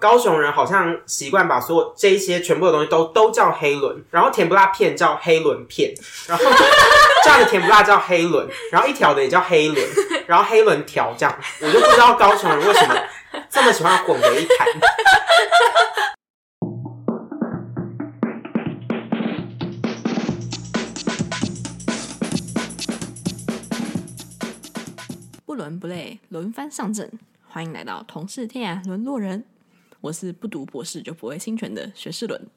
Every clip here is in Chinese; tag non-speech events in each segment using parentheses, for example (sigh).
高雄人好像习惯把所有这一些全部的东西都都叫黑轮，然后甜不辣片叫黑轮片， (laughs) 然后炸的甜不辣叫黑轮，然后一条的也叫黑轮， (laughs) 然后黑轮条这样，我就不知道高雄人为什么这么喜欢混为一谈。不伦不类，轮番上阵。欢迎来到同是天涯沦落人，我是不读博士就不会侵权的学士伦。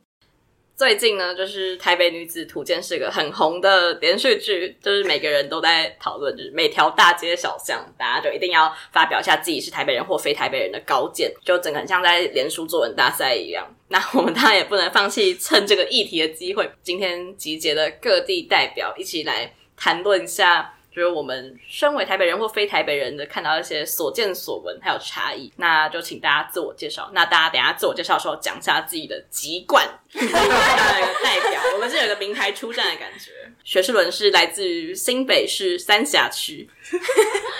最近呢，就是《台北女子图鉴》是个很红的连续剧，就是每个人都在讨论，就是每条大街小巷，大家就一定要发表一下自己是台北人或非台北人的高见，就整个很像在连书作文大赛一样。那我们当然也不能放弃趁这个议题的机会，今天集结了各地代表一起来谈论一下。就是我们身为台北人或非台北人的，看到一些所见所闻还有差异，那就请大家自我介绍。那大家等一下自我介绍的时候讲一下自己的籍贯，当然有个代表，我们是有个名牌出战的感觉。学士伦是来自于新北市三峡 (laughs) 区，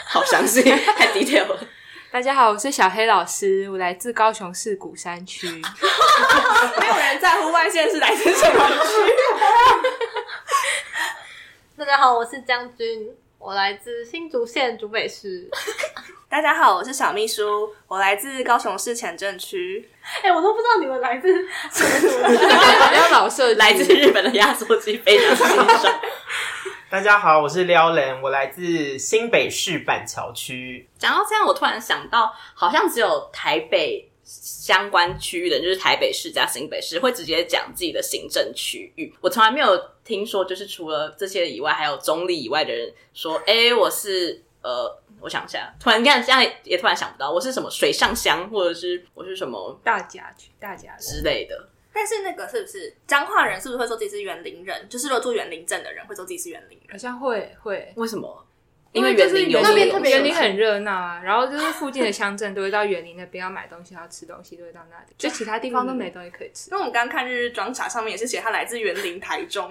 好详细，太 detail 了。大家好，我是小黑老师，我来自高雄市鼓山区。没有人在乎外县是来自什么区。大家好，我是将军，我来自新竹县竹北市。 (laughs) 大家好，我是小秘书，我来自高雄市前镇区。哎、我都不知道你们来自什么什么。比较老社区来自日本的压缩机非常欣赏。 (laughs) 大家好，我是撩人，我来自新北市板桥区。讲到这样，我突然想到，好像只有台北相关区域的，就是台北市加新北市，会直接讲自己的行政区域。我从来没有听说，就是除了这些以外，还有中立以外的人说，哎、我是呃，我想一下，突然看这样也突然想不到，我是什么水上乡，或者是我是什么大家去大家人，之类的。但是那个是不是彰化人？是不是会说自己是园林人？就是如果住园林镇的人会说自己是园林好人。像会会，为什么？因为园就是林有那边所特有别园有林很热闹啊，然后就是附近的乡镇都会到园林那边要买东西，要吃东西都会到那里，就其他地方都没东西可以吃 (laughs) 因。为我们刚刚看日日装傻上面也是写他来自园林台 (laughs) 中，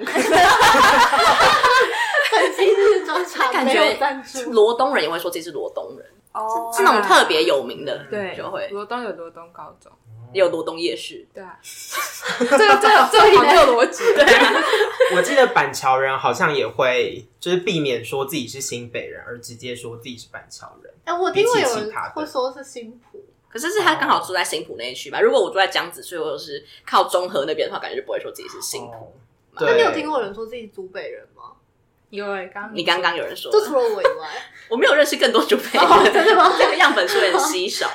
本期日中场感没有赞觉助，罗东人也会说自己是罗东人，哦是那种特别有名的，对，就会罗东有罗东高中，也有罗东夜市。对 (laughs) 啊，这个这个这个好没有逻辑，对我记得板桥人好像也会，就是避免说自己是新北人，而直接说自己是板桥人。哎、我听过有比起其人他的会说是新浦，可是是他刚好住在新浦那一区哦吧？如果我住在江子，所以我是靠中和那边的话，感觉就不会说自己是新浦。哦，那对，你有听过有人说自己竹北人吗？有哎，刚刚你刚刚有人说，就除了我以外，我没有认识更多主配哦真的吗 (laughs) 哦这个样本数很稀少。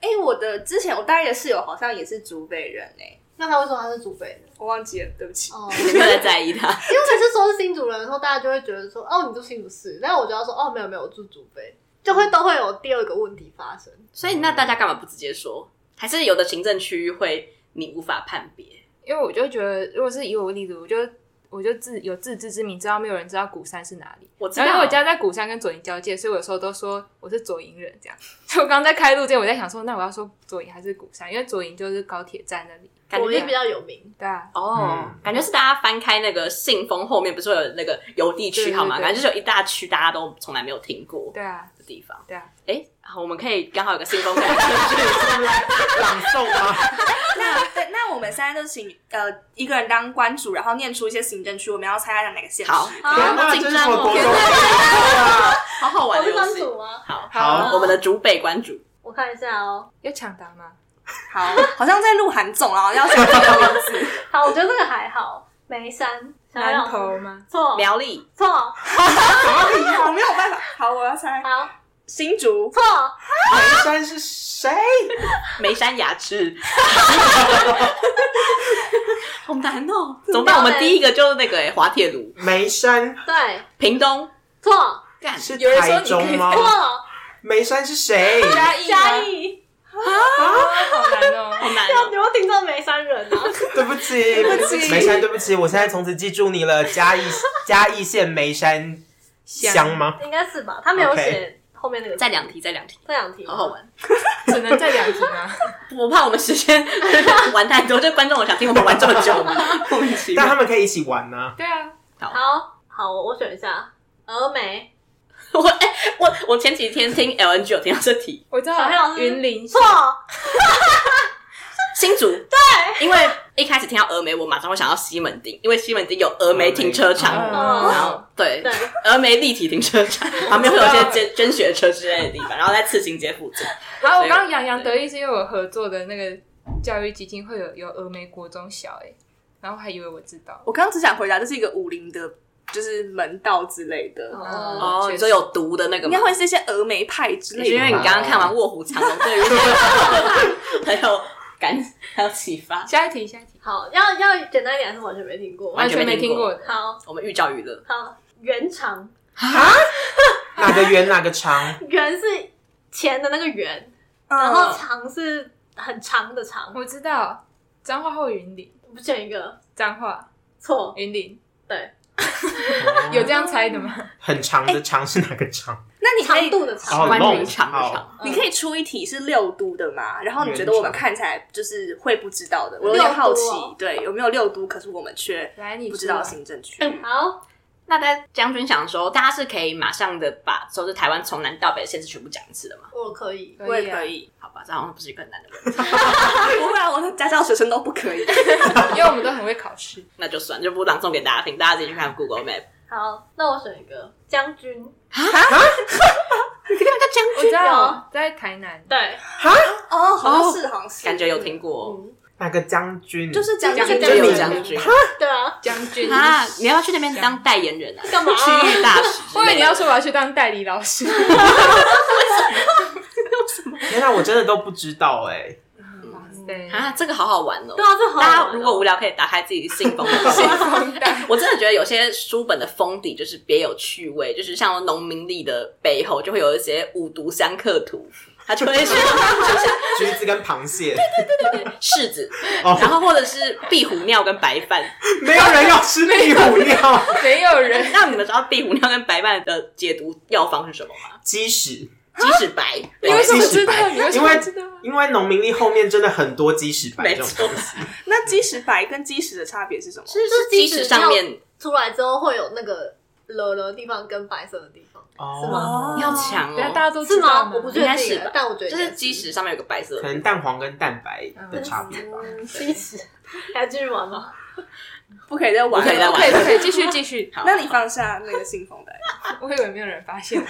哎、我的之前我大一的室友好像也是竹北人哎、那他会说他是竹北人。我忘记了，对不起。哦，你没有在在意他，因为每次说是新竹人的时候，大家就会觉得说，哦，你住新竹市，但我就要说，哦，没有没有，我住竹北，就会都会有第二个问题发生。所以那大家干嘛不直接说？还是有的行政区域会你无法判别，因为我就觉得，如果是以我为例子，我就我就自有自知之明，知道没有人知道鼓山是哪里。我知道然后因为我家在鼓山跟左营交界，所以我有时候都说我是左营人这样。 (laughs) 所以我刚刚在开路之前，我在想说，那我要说左营还是鼓山？因为左营就是高铁站那里。感我觉也比较有名，对啊，哦，嗯感觉是大家翻开那个信封后面不是会有那个邮地对区对号码，对感觉就是有一大区大家都从来没有听过对啊，的地方。对啊。哎，好，我们可以刚好有个信 (laughs) 封可以 (laughs) 出哦去。朗诵吗？那对，那我们现在就请呃一个人当关主，然后念出一些行政区，我们要猜他在哪个县市。好，天好哪，紧这是张我哦国，中啊！好好玩 (laughs) 我的是游专戏。主吗？好， (laughs) 好我们的主北关主，我看一下哦。要抢答吗？好，好像在鹿晗总，然后要 (laughs) 讲这个名字。好，我觉得这个还好。眉山，小杨南老师投吗？错苗栗，错，我没有办法。好，我要猜好新竹。错，眉山是谁？眉山雅 (laughs) 致，好难哦！怎么办？我们第一个就是那个诶滑铁卢，眉山对屏东，错干是有人说台你中吗？错，眉山是谁？啊义嘉义， (laughs) 啊好难哦。好难要哦！你要听到眉山人啊？对不起，对不起眉山，对不起，我现在从此记住你了。嘉义 (laughs) 嘉义县眉山乡吗？应该是吧？他没有写后面那个字。再两题，再两题，这两题，好好。玩。只能再两题吗？ (laughs) 我怕我们时间玩太多，就观众我想听我们玩这么久吗？ (laughs) 莫名其但他妙。们可以一起玩呢、对啊，好好，我选一下。峨眉我哎，我我前几天听 LNG 有听到这题，我知小黑老道师云林错，新竹。对，因为一开始听到峨眉，我马上会想到西门町，因为西门町有峨眉停车场，嗯哦然后嗯对对，峨眉立体停车场旁边会有一些捐捐学车之类的地方，然后在刺青街附近。然后我刚刚洋洋得意是因为我合作的那个教育基金会有有峨眉国中小哎、欸然后还以为我知道。我刚刚只想回答，这是一个武林的，就是门道之类的，嗯哦，确你实说有毒的那个应吗该？会是一些峨眉派之类是的因吧。为你刚刚看完《卧虎藏龙》，对于这个很有感，很有启发。下一题，下一题，好，要要简单一点，还是完全没听过。完完全全没没听听过过。好我们寓教于乐，好，圆长哪个圆哪个长？ (laughs) 圆是钱的那个圆，嗯，然后长是很长的长。我知道彰化后云林，我选一个彰化错，云林对，有这样猜的嗯吗？很长哎的长是哪个长？那你可长以度的好长。关弄于长的好长，你可以出一题是六都的嘛？然后你觉得我嗯们看起来就是会不知道的，我有六点都好奇哦，对，有没有六都？可是我们却来，你不知说道吧行政区。嗯好，那在将军想的时候，大家是可以马上的把就是台湾从南到北的县市全部讲一次的吗？我可以。我也啊可，以，好吧，这好像不是一个很难的问题，不会啊，我的家教学生都不可以。哦啊因为我们都很会考 (laughs) 试。那就算就不朗诵给大家听，大家自己去看 Google Map。好，那我选一个将军。哦我知道在台南，对，哦，好像是，好像是，感觉有听过嗯，哪个将军？嗯就是将将军军真有有将将军对啊，将军啊！你要不要去那边当代言人啊？干嘛区域大使之我以为类你的，要说我要去当代理老师，啊天哪，我真的都不知道 (laughs) 哎。哇塞，啊，这个好好玩哦对。啊，这好好玩哦。大家如果无聊，可以打开自己信封。风带我真的觉得有些书本的封底就是别有趣味，就是像农民历的背后就会有一些五毒相克图，它就会是橘子跟螃蟹，柿子，哦然后或者是壁虎尿跟白饭。没有人要吃壁虎尿，没有人，那你们知道壁虎尿跟白饭的解毒药方是什么吗？鸡屎，鸡屎白，你啊为什么鸡屎知道白？你为什因么为哦知道因为农民历后面真的很多鸡屎白没这种错东西，那基石白跟基石的差别是什么？是是鸡屎上面出来之后会有那个了了的地方跟白色的地方，是吗？哦，要强对啊哦，大家都是知道吗？我不确应该是定啊吧，但我觉得就是鸡屎上面有个白色可的。能蛋黄跟蛋白的差别吧。鸡屎， (laughs) 还要继续玩吗？不可以再玩不可以再了。玩可以可以继续继续，好那你放下那个信封袋。我以为没有人发 (laughs) 现，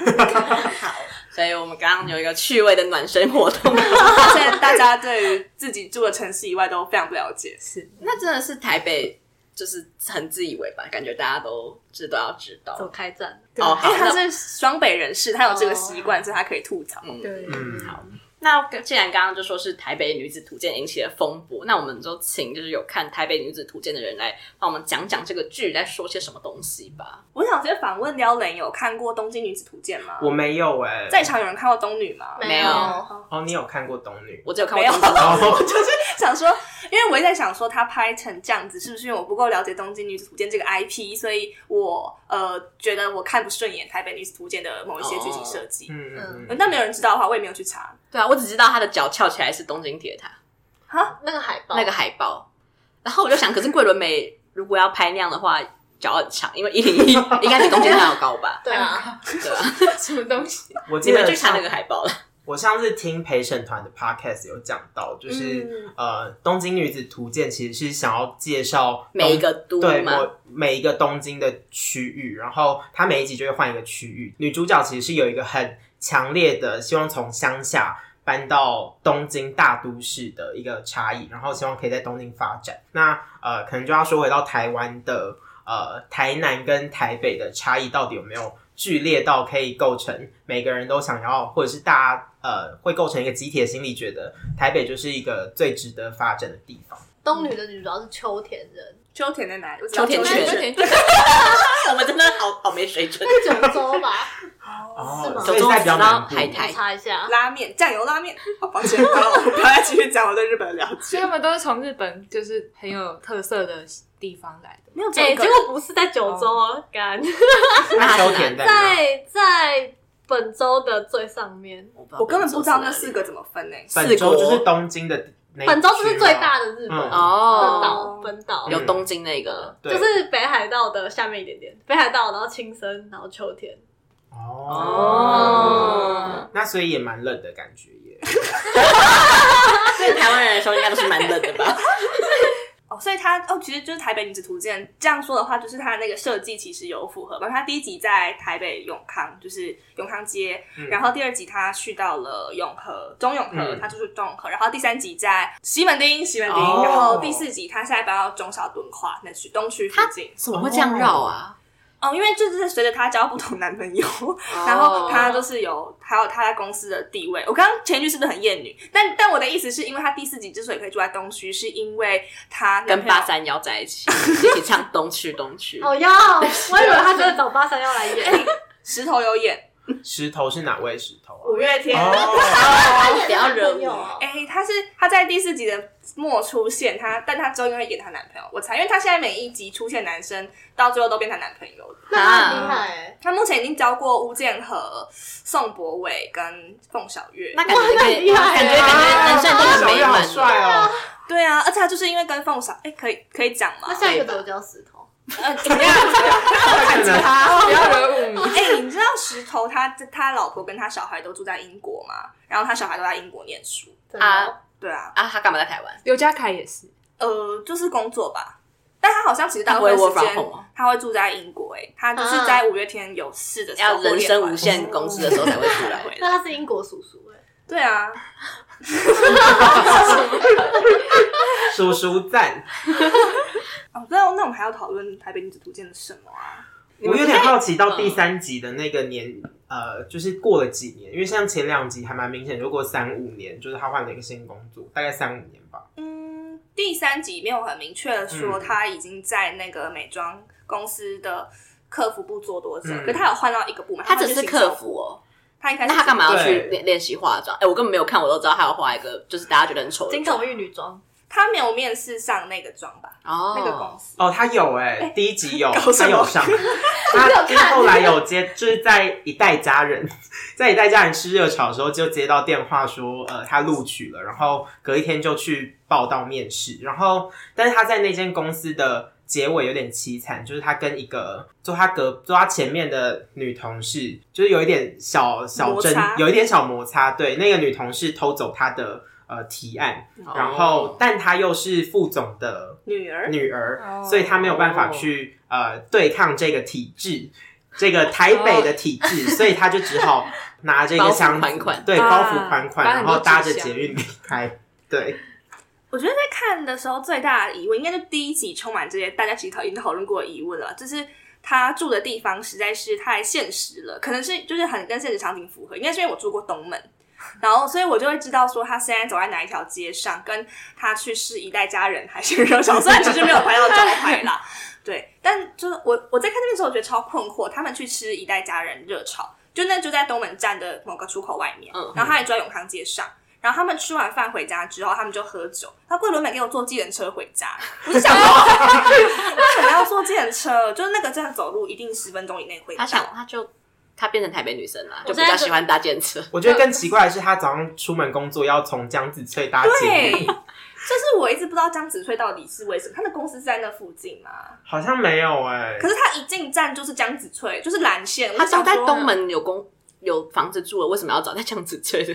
所以我们刚刚有一个趣味的暖身活动。发现大家对于自己住的城市以外都非常不了解。是那真的是台北，就是很自以为吧，感觉大家都知都要知道。怎么开战？哦，因好，为哎他那是双北人士，他有这个习惯，所以他可以吐槽。嗯对，嗯，好。那既然刚刚就说是台北女子图鉴引起了风波，那我们就请就是有看台北女子图鉴的人来帮我们讲讲这个剧在说些什么东西吧。我想先反问撩人，有看过《东京女子图鉴》吗？我没有哎。在场有人看过东女吗？没有哦，你有看过东 (laughs) 女？我只有看没过有东京哦，想说，因为我一直在想说，他拍成这样子，是不是因为我不够了解《东京女子图鉴》这个 IP，所以我呃觉得我看不顺眼《台北女子图鉴》的某一些剧情设计。嗯嗯嗯嗯，但没有人知道的话，我也没有去查。对啊，我只知道他的脚翘起来是东京铁塔那个海报，？那个海报，然后我就想，可是桂纶镁如果要拍那样的话，脚很长，因为一零一应该比东京塔要高吧对啊，对啊，什么东西？我记你们得去看上那个海报了。我上次听陪审团的 podcast 有讲到，就是、嗯呃，《东京女子图鉴》其实是想要介绍每一个东都对哦嘛我每一个东京的区域，然后它每一集就会换一个区域。女主角其实是有一个很强烈的希望从乡下搬到东京大都市的一个差异，然后希望可以在东京发展。那呃，可能就要说回到台湾的呃台南跟台北的差异到底有没有剧烈到可以构成每个人都想要，或者是大家呃会构成一个集体的心理，觉得台北就是一个最值得发展的地方。东女的女主要是秋田人，秋田在哪里？我知道秋田秋犬，我们真的好好没水准。九州 (laughs) 吧？是吗所以代表南部海苔我查一下，拉面，酱油拉面。好抱歉，不要 (laughs) 不要再继续讲我对日本的了所以解。他们都是从日本就是很有特色的地方来的。没有哎，这结个，果不是在九州哦，干那秋田在哪在在本州的最上面，啊我根本不知道那四个怎么分呢、欸本州就是东京的那一区嘛，本州就是最大的日嗯本本哦，岛，本岛有东京那个对，就是北海道的下面一点点，北海道，然后青森，然后秋田，哦，哦，哦那所以也蛮冷的感觉耶。对台湾人来说应该都是蛮冷的吧？哦，所以它哦，其实就是台北女子图鉴。这样说的话，就是它的那个设计其实有符合吧。它第一集在台北永康，就是永康街，然后第二集它去到了永和中永和，嗯它就是中永和，然后第三集在西门町，西门町，哦然后第四集它现在搬到中小敦化那区东区附近。怎么会这样绕啊？哦，因为就是随着她交不同男朋友，然后她就是有，还有她在公司的地位。我刚刚前一句是不是很厌女？但但我的意思是因为她第四集之所以可以住在东区，是因为她男跟朋友八三幺在一起，一起唱《东去东去》。哦要， (laughs) 我以为他真的找八三幺来演，石头有演。石头是哪位石头啊？五月 (laughs) 天。哦，不要惹朋友我。啊， (laughs) 哎、她是她在第四集的末出现，她但她之后因为演她男朋友，我猜，因为她现在每一集出现男生，到最后都变她男朋友了。 (laughs) 那他很厉害欸，她目前已经交过吴建和、宋博伟跟凤小岳。那感觉那个哇感觉感觉男生都很小美月好满，帅哦，对啊，而且她就是因为跟凤小，哎、可以可以讲吗那？下一个怎么叫石头？呃，(laughs) 怎么样？看着他不要惹我。 (laughs) 哎、你知道石头他他老婆跟他小孩都住在英国吗？然后他小孩都在英国念书。怎么啊对啊，啊！他干嘛在台湾？刘家凯也是，呃，就是工作吧。但他好像其实大部他分不会时 work 间 from home 啊吗他会住在英国、欸，他就是在五月天有事的时候嗯要人生无过限年公司的时候才会出晚来上。回来。那他是英国叔叔哎，对啊，叔叔赞。哦，那那我们还要讨论台北女子图鉴的什么啊？我有点好奇到第三集的那个年，呃，就是过了几年，因为像前两集还蛮明显，就过三五年，就是他换了一个新工作，大概三五年吧。嗯，第三集没有很明确的说嗯他已经在那个美妆公司的客服部做多久，嗯可他有换到一个部门，他换只是去行客销服部，哦，他一开始那他干嘛要去对练练习化妆？哎，我根本没有看，我都知道他要画一个，就是大家觉得很丑的金妆童玉女装，他没有面试上那个妆吧？哦，那个公司。哦，他有哎、第一集有，搞什他么有 (laughs) 上，他后来有接，就是在《一代家人》 (laughs) 在《一代家人》吃热炒的时候，就接到电话说，呃，他录取了，然后隔一天就去报到面试，然后但是他在那间公司的结尾有点凄惨，就是他跟一个坐他隔坐他前面的女同事，就是有一点小小摩争擦，有一点小摩擦，对，那个女同事偷走他的呃提案，哦然后但他又是副总的。女儿，女儿哦，所以她没有办法去呃对抗这个体制，这个台北的体制，所以她就只好拿这个箱子包袱款款对啊包袱款款，把很然多后搭着纸箱捷运离开。对，我觉得在看的时候最大的疑问，应该就第一集充满这些大家其实讨已经讨论过的疑问了，就是他住的地方实在是太现实了，可能是就是很跟现实场景符合，应该是因为我住过东门。然后，所以我就会知道说他现在走在哪一条街上，跟他去试一代家人还是热 (laughs) 潮，虽然其实没有拍到招牌啦，对，但就是我我在看那边的时候，我觉得超困惑，他们去吃一代家人热炒，就那就在东门站的某个出口外面，嗯然后他也住在永康街上。然后他们吃完饭回家之后，他们就喝酒。他桂纶镁给我坐计程车回家，我就想说， (laughs) 为什么要坐计程车？就是那个真的走路一定十分钟以内会 (laughs) 到。他想他就他变成台北女生了，就比我现在较就喜欢搭建车。我觉得更奇怪的是，她早上出门工作要从江子翠搭捷对，运，就是我一直不知道江子翠到底是为什么，他的公司是在那附近嘛？好像没有哎、可是他一进站就是江子翠，就是蓝线。我他就想早在说东门有公有房子住了，为什么要找在江子翠的？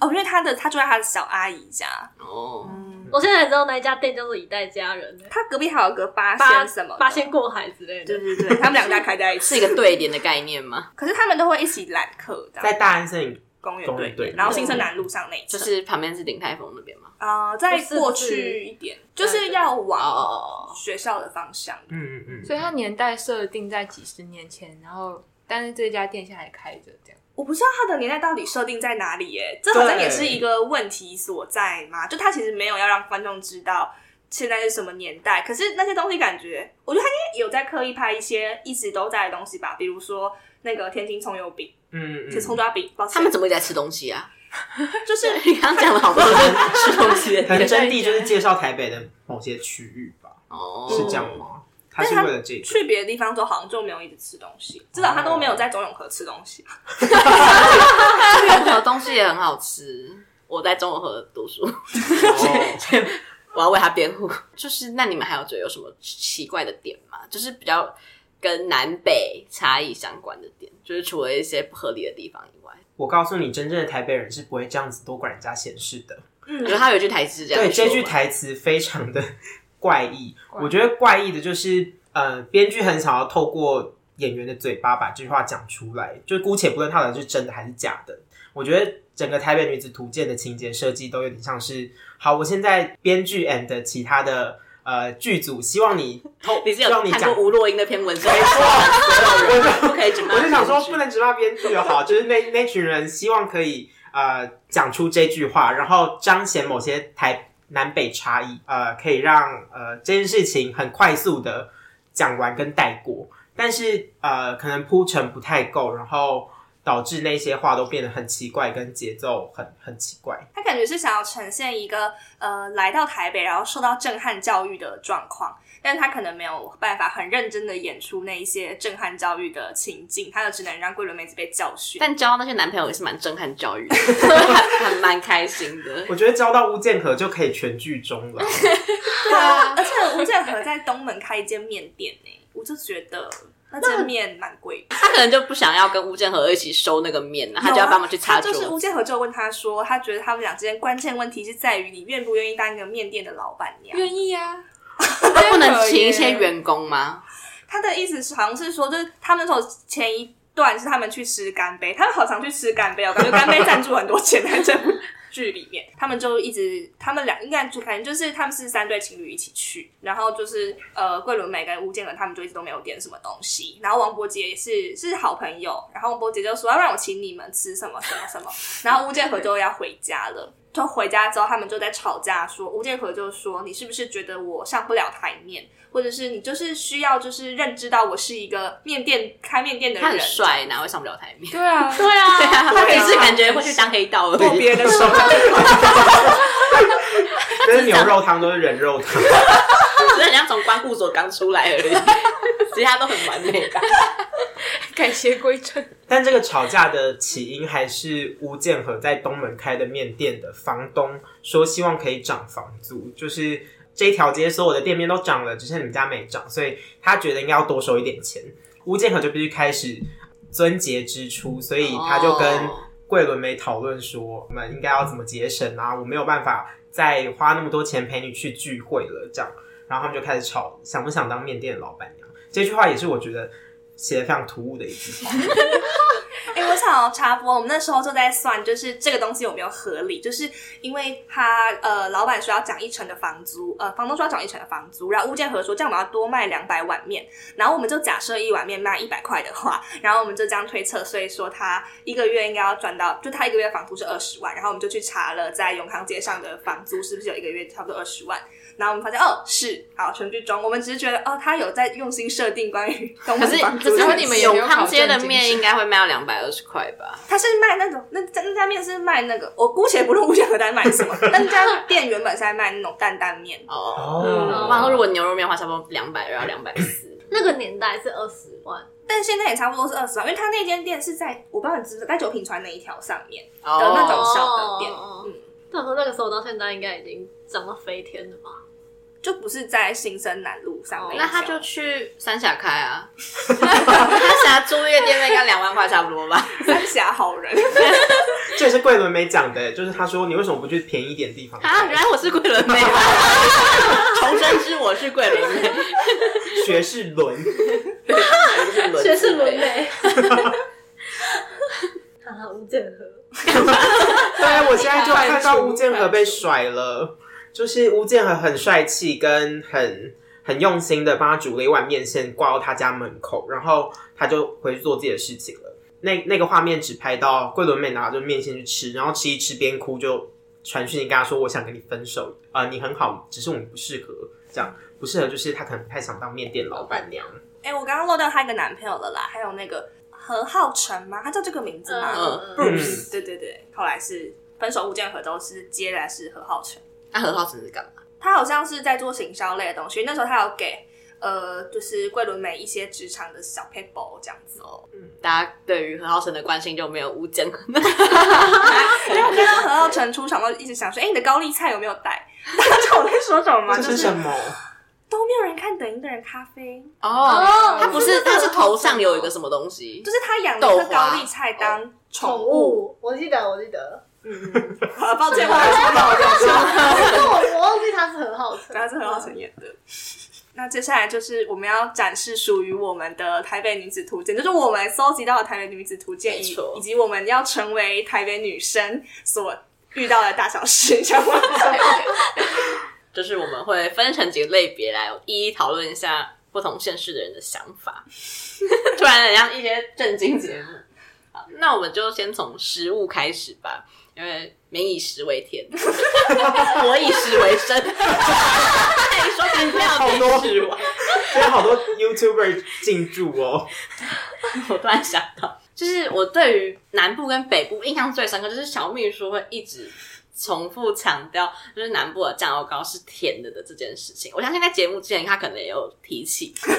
哦，因为他的他住在他的小阿姨家，哦，我现在才知道那一家店叫做一代家人欸，他隔壁还有个八八仙什么的八仙过海之类对的，对对，他们两家开在一起，是一个对联的概念吗？ (laughs) 可是他们都会一起揽客这在样。大安森林，公园公对园对面，然后新生南路上那一侧，就是旁边是鼎泰丰那边吗？啊，再不是过不是去一点，就是要哦往哦哦，学校的方向。嗯嗯嗯，所以它年代设定在几十年前，然后但是这家店现在还开着，这样我不知道它的年代到底设定在哪里、耶，这好像也是一个问题所在嘛。就它其实没有要让观众知道现在是什么年代，可是那些东西感觉，我觉得他应该有在刻意拍一些一直都在的东西吧，比如说那个天津葱油饼，嗯嗯是葱抓饼，抱歉，他们怎么一直在吃东西啊？就是你刚刚讲了好多是吃东 (laughs) 西的可能店真谛就是介绍台北的某些区域吧，哦，是这样吗？他是为了这 (laughs) 个，去别的地方之后，好像就没有一直吃东西，至少他都没有在中永和吃东西。中和东西也很好吃。我在中和读书，哦我要为他辩护。就是那你们还有觉得有什么奇怪的点吗？就是比较跟南北差异相关的点，就是除了一些不合理的地方以外，我告诉你，真正的台北人是不会这样子多管人家闲事的。 (laughs) 我觉得他有一句台词是这样对，说这嘛，句台词非常的怪异。怪我觉得怪异的就是，呃，编剧很想要透过演员的嘴巴把这句话讲出来，就姑且不论它到底是真的还是假的。我觉得整个《台北女子图鉴》的情节设计都有点像是，好，我现在编剧 and 其他的呃剧组，希望你透， (laughs) 你是希有望你讲 (laughs) 看过吴若英那篇文章？我就不可以只骂我就想说编剧不能只骂编剧哦好，就是 (laughs) 那那群人希望可以呃讲出这句话，然后彰显某些台南北差异，呃，可以让呃这件事情很快速的讲完跟带过，但是呃可能铺陈不太够，然后导致那些话都变得很奇怪，跟节奏很很奇怪。他感觉是想要呈现一个呃来到台北然后受到震撼教育的状况，但他可能没有办法很认真的演出那一些震撼教育的情境，他就只能让桂纶镁一直被教训。但交那些男朋友也是蛮震撼教 (laughs) 育的，还还蛮开心的。我觉得交到吴建和就可以全剧终 (laughs) 了。对啊，而且吴建和在东门开一间面店呢、我就觉得那间面蛮贵的。他可能就不想要跟吴建和一起收那个面了，他就要帮忙去擦有啊就是桌吴子。建和就问他说，他觉得他们俩之间关键问题是在于你愿不愿意当一个面店的老板娘。愿意啊，他不能可以请一些耶员工吗？他的意思是好像是说，就是他们那时候前一段是他们去吃干杯，他们好常去吃干杯哦，我感觉干杯赞助很多钱在这部剧里面。他们就一直，他们俩应该就反正就是他们是三对情侣一起去，然后就是呃桂纶镁跟吴建和他们就一直都没有点什么东西，然后王伯杰也是是好朋友，然后王伯杰就说要啊让我请你们吃什么什么什么，然后吴建和就要回家了。就回家之后，他们就在吵架说吴建和就说：“你是不是觉得我上不了台面，或者是你就是需要就是认知到我是一个面店开面店的他人？”很帅，哪会上不了台面？对啊，对 (laughs) 啊， (laughs) 他只是啊感觉会去当黑道而做已。别人的手，但是牛肉汤都是人肉汤。只是人家从关护所刚出来而已， (laughs) 其他都很完美 (laughs) 吧。改邪归 (laughs) 正。但这个吵架的起因还是吴建和在东门开的面店的房东说希望可以涨房租，就是这条街所有的店面都涨了，只剩你们家没涨，所以他觉得应该要多收一点钱。吴建和就必须开始尊节支出，所以他就跟哦桂纶镁讨论说，我们应该要怎么节省啊？我没有办法再花那么多钱陪你去聚会了，这样。然后他们就开始吵，想不想当面店的老板娘？这句话也是我觉得写的非常突兀的一句话。哎、我想要插播，我们那时候就在算，就是这个东西有没有合理，就是因为他呃，老板说要涨一成的房租，呃，房东说要涨一成的房租，然后物建和说这样我们要多卖两百碗面，然后我们就假设一碗面卖一百块的话，然后我们就这样推测，所以说他一个月应该要赚到，就他一个月房租是二十万，然后我们就去查了在永康街上的房租是不是有一个月差不多二十万。然后我们发现哦是好全剧终，我们只是觉得哦他有在用心设定关于东可门是房租可的然问是后题，你们也没永有康考街证的精面神应该会卖到两百二十块吧？他是卖那种那那那家面是卖那个，我姑且不论吴建和在卖 (laughs) 什么，但那家店原本是在卖那种担担面，哦，哦我想说如果牛肉面的话，差不多两百二到两百四。那个年代是二十万，但现在也差不多是二十万，因为他那间店是在我不知道你知不知道，在九品川那一条上面 (coughs) 哦，的那种小的店，哦嗯，但我说那个时候到现在应该已经涨到飞天了吧？就不是在新生南路上哦一条那他就去三峡开 (laughs) 啊，三峡租一个店面应该两万块差不多吧？三峡好 (laughs) 人，这也是桂纶镁讲的，就是他说你为什么不去便宜一点地方啊，原来我是桂纶镁，啊 (laughs) 重生之我是桂纶 (laughs) 镁，学士伦， (laughs) 不是伦，学士 (laughs) 伦。美，哈哈，吴建和，对啊我现在就看到吴建和被甩了，就是吴建和很帅气跟很很用心的帮他煮了一碗面线挂到他家门口，然后他就回去做自己的事情了。那那个画面只拍到桂纶镁拿着面线去吃，然后吃一吃边哭就传讯息跟他说我想跟你分手，呃，你很好，只是我们不适合，这样不适合就是他可能不太想当面店老板娘。哎、我刚刚漏掉他一个男朋友了啦，还有那个何浩晨吗？他叫这个名字吗、嗯 b r u c e 对对对，后来是分手物件合都是接来是何浩晨。那何浩晨是干嘛？他好像是在做行销类的东西，那时候他有给呃，就是桂纶镁一些职场的小 paper 这样子哦。大家对于何浩晨的关心就没有吴建和，因为我看到何浩晨出场，我一直想说，哎、你的高丽菜有没有带？ (laughs) 大家知道我在说什么吗？这就是是什么？都没有人看《等一个人咖啡》，哦， (laughs) 他不是，真的他是很好头上看有一哦个什么东西就，是他养了豆一颗花高丽菜当宠宠物。 (laughs) 物，我记得，我记得，嗯，好了， (laughs) 抱歉，我还说到我就说。但是我我忘记他是何浩晨，然后是嗯何浩晨演的。 (laughs) 那接下来就是我们要展示属于我们的台北女子图鉴，就是我们搜集到的台北女子图鉴，没以错以及我们要成为台北女生所遇到的大小事，你知道吗？就是我们会分成几个类别来一一讨论一下不同县市的人的想 (laughs) 法。突然很像一些震惊节目。好，那我们就先从食物开始吧，因为民以食为 (laughs) 天，我以食为生。 (laughs) 你说成这样，好多民以食为现在好多 YouTuber 进驻哦， (laughs) 我突然想到，就是我对于南部跟北部印象最深刻，就是小秘书会一直重复强调，就是南部的酱油膏是甜的的这件事情。我相信在节目之前，他可能也有提起过，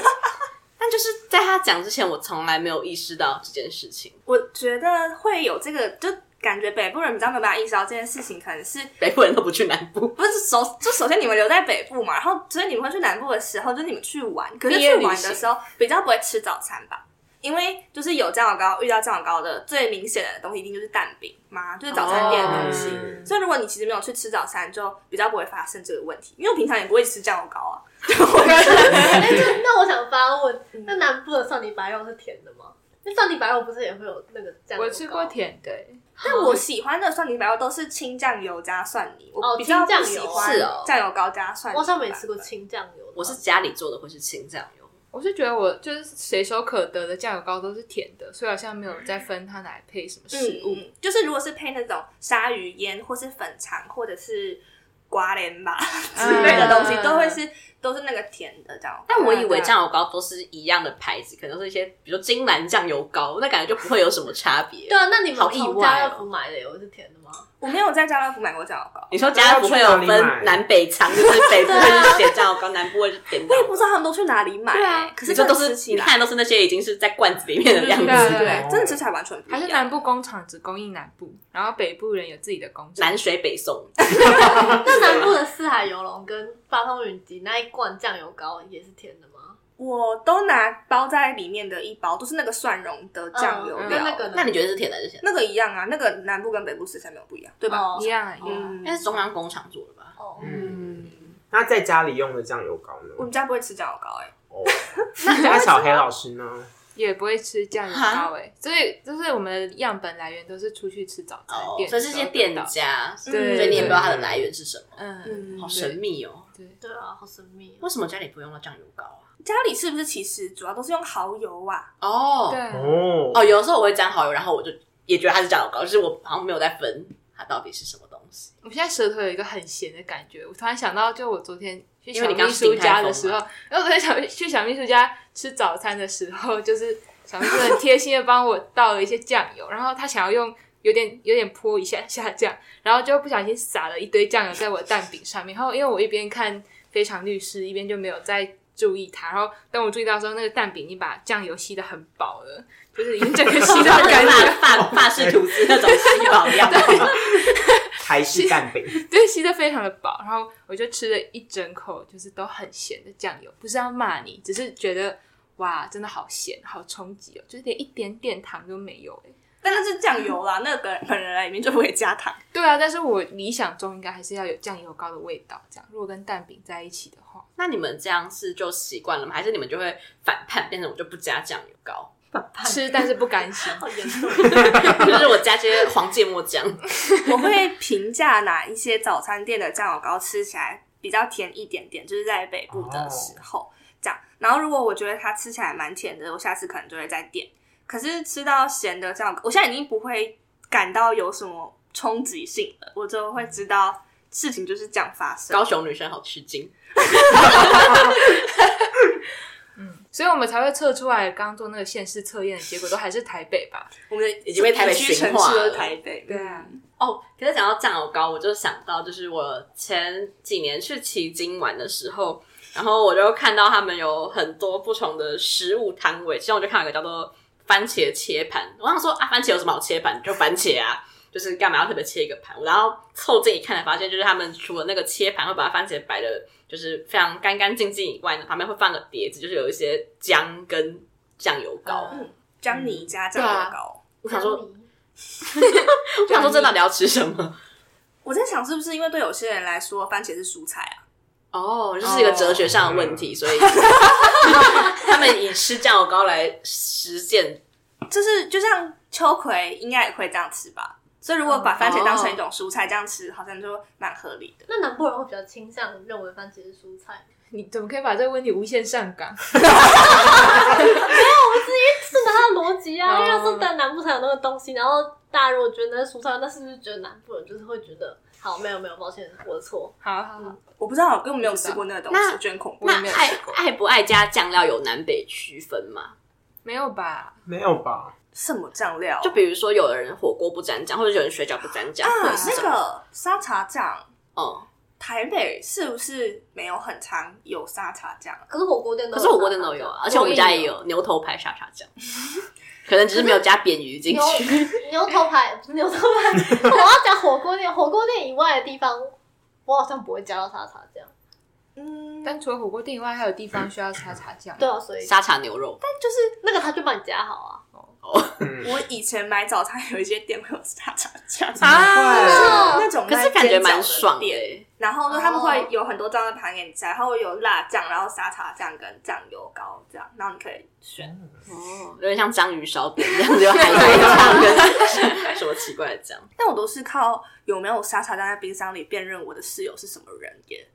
但就是在他讲之前，我从来没有意识到这件事情。 (laughs) 我觉得会有这个，就感觉北部人比较没有办法意识到这件事情，可能是北部人都不去南部，不是首就首先你们留在北部嘛，然后所以你们会去南部的时候，就是你们去玩，可是毕业去旅玩行的时候比较不会吃早餐吧？因为就是有酱油膏，遇到酱油膏的最明显的东西一定就是蛋饼嘛，就是早餐店的东西。哦所以如果你其实没有去吃早餐，就比较不会发生这个问题，因为我平常也不会吃酱油膏啊。哎、 (laughs) 这那我想发问，嗯那南部的蒜泥白肉是甜的吗？那蒜泥白肉不是也会有那个酱油膏？我吃过甜的、欸但我喜欢的蒜泥白肉都是清酱油加蒜泥，我哦比较清不酱喜油欢是哦酱油膏加蒜泥。我好像没吃过。清酱油的，我是家里做的会是清酱油。我是觉得我就是随手可得的酱油膏都是甜的，所以好像没有再分它拿来配什么食物。嗯，就是如果是配那种鲨鱼烟，或是粉肠，或者是瓜莲吧之类的东西，嗯都会是都是那个甜的这样。但我对啊以为对啊酱油膏都是一样的牌子，可能是一些比如说金兰酱油膏，那感觉就不会有什么差别对。啊，那你们好意外从哦家乐福买的油是甜 (laughs) 的吗？我没有在家乐福买过酱油膏，你说家不会有分南北长，就是北部会是咸酱油膏，南部会是甜 (laughs) 我酱也油不膏知。道他们都去哪里买、对啊可你是这真都的是嗯吃起你来，看，都是那些已经是在罐子里面的样对啊子。对啊真的吃起来完全不一还样。是南部工厂只供应南部，然后北部人有自己的工厂南。水北送，那南部的四海游龙跟八通云集那一罐酱油膏也是甜的吗？我都拿包在里面的一包，都是那个蒜蓉的酱油嗯料、那那个呢那你觉得是甜的还是咸的？那个一样啊，那个南部跟北部吃起来没有不一样，对吧？哦一样啊，一样啊。嗯应，该是中央工厂做的吧？哦，嗯，那在家里用的酱油膏我们呢？家不会吃酱油膏、哎，哦，那小黑老师呢？也不会吃酱油膏诶、所以就是我们的样本来源都是出去吃早餐哦店，，所以是些店的时候得到。家，所对以你也不知道它的来源是什么，嗯，好神秘哦。对啊，好神秘哦。为什么家里不用到酱油膏啊？家里是不是其实主要都是用蚝油啊？哦对，哦哦，有的时候我会沾蚝油，然后我就也觉得它是酱油膏，就是我好像没有在分它到底是什么东西。我现在舌头有一个很咸的感觉。我突然想到，就我昨天去因小为你刚秘书家的吃时鼎泰丰候，然后我在小去小秘书家吃早餐的时候，就是小秘书很贴心的帮我倒了一些酱油，然后他想要用有点有点泼一下下酱，然后就不小心撒了一堆酱油在我的蛋饼上面。然后因为我一边看《非常律师》，一边就没有再注意它。然后等我注意到的时候，那个蛋饼已经把酱油吸的很饱了，就是已经整个吸到法干净。法法式吐司那种西堡一样。 (laughs) 台式蛋饼，对，吸的非常的饱，然后我就吃了一整口，就是都很咸的酱油，不是要骂你，只是觉得哇，真的好咸，好冲击哦，就是连一点点糖都没有哎。但那是酱油啦，那个本人里面就不会加糖。对啊，但是我理想中应该还是要有酱油膏的味道，这样如果跟蛋饼在一起的话，那你们这样是就习惯了吗？还是你们就会反叛，变成我就不加酱油膏，吃但是不甘心。好严重，就是我加些黄芥末酱？我会评价哪一些早餐店的酱油膏吃起来比较甜一点点，就是在北部哦的时候、这样。然后如果我觉得它吃起来蛮甜的，我下次可能就会再点。可是吃到咸的酱油膏，我现在已经不会感到有什么冲击性了，我就会知道事情就是这样发生。高雄女生好吃惊，嗯所以我们才会测出来刚刚做那个县市测验的结果都还是台北吧？我们已经被台北区驯城化市了的台北，嗯对啊哦，可是讲到酱油膏，我就想到就是我前几年去旗津玩的时候，然后我就看到他们有很多不同的食物摊位，其中我就看到一个叫做番茄切盘，我想说啊，番茄有什么好切盘？就番茄啊。就是干嘛要特别切一个盘？然后凑近一看，才发现就是他们除了那个切盘会把番茄摆的，就是非常干干净净以外呢，旁边会放个碟子，就是有一些姜跟酱油膏。嗯嗯啊姜泥加酱油膏。我想说，我想说，这到底要吃什么？我在想，是不是因为对有些人来说，番茄是蔬菜啊？哦，这是一个哲学上的问题，所以 (laughs) 他们以吃酱油膏来实践。就是就像秋葵，应该也会这样吃吧？所以如果把番茄当成一种蔬菜这样吃，好像就蛮合理的。那南部人会比较倾向认为番茄是蔬菜，你怎么可以把这个问题无限上纲？是他的逻辑啊。哦因为要是在南部才有那个东西，然后大家如果觉得那是蔬菜，那是不是觉得南部人就是会觉得好？没有没有，抱歉，我的错。好好好，我不知道，因为我没有吃过那个东西，我觉得很恐怖。那那爱爱不爱加酱料有南北区分吗？没有吧？没有吧？什么酱料？就比如说，有的人火锅不沾酱，或者有人水饺不沾酱，或啊者，是那什么？个沙茶酱，哦，台北是不是没有很常有沙茶酱啊？可是火锅店都可有是火锅店都有啊，而且我们家也有牛头牌沙茶酱，可能只是没有加扁鱼进牛去。 (laughs) 牛头牌，不是牛头牌。我要讲火锅店，火锅店以外的地方，我好像不会加到沙茶酱。嗯，但但除了火锅店以外，还有地方需要沙茶酱。对啊，所以沙茶牛肉，就是那个他就帮你加好啊。嗯，我以前买早餐有一些店会有沙茶酱啊那种可是感觉蛮爽的的店。欸。然后呢，他们哦会有很多张的盘给你加，然后有辣酱，然后沙茶酱跟酱油膏这样，然后你可以选。哦，有点像章鱼烧饼这样子，有海 (laughs) 苔酱跟 (laughs) 什么奇怪的酱。但我都是靠有没有沙茶酱在冰箱里辨认我的室友是什么人耶。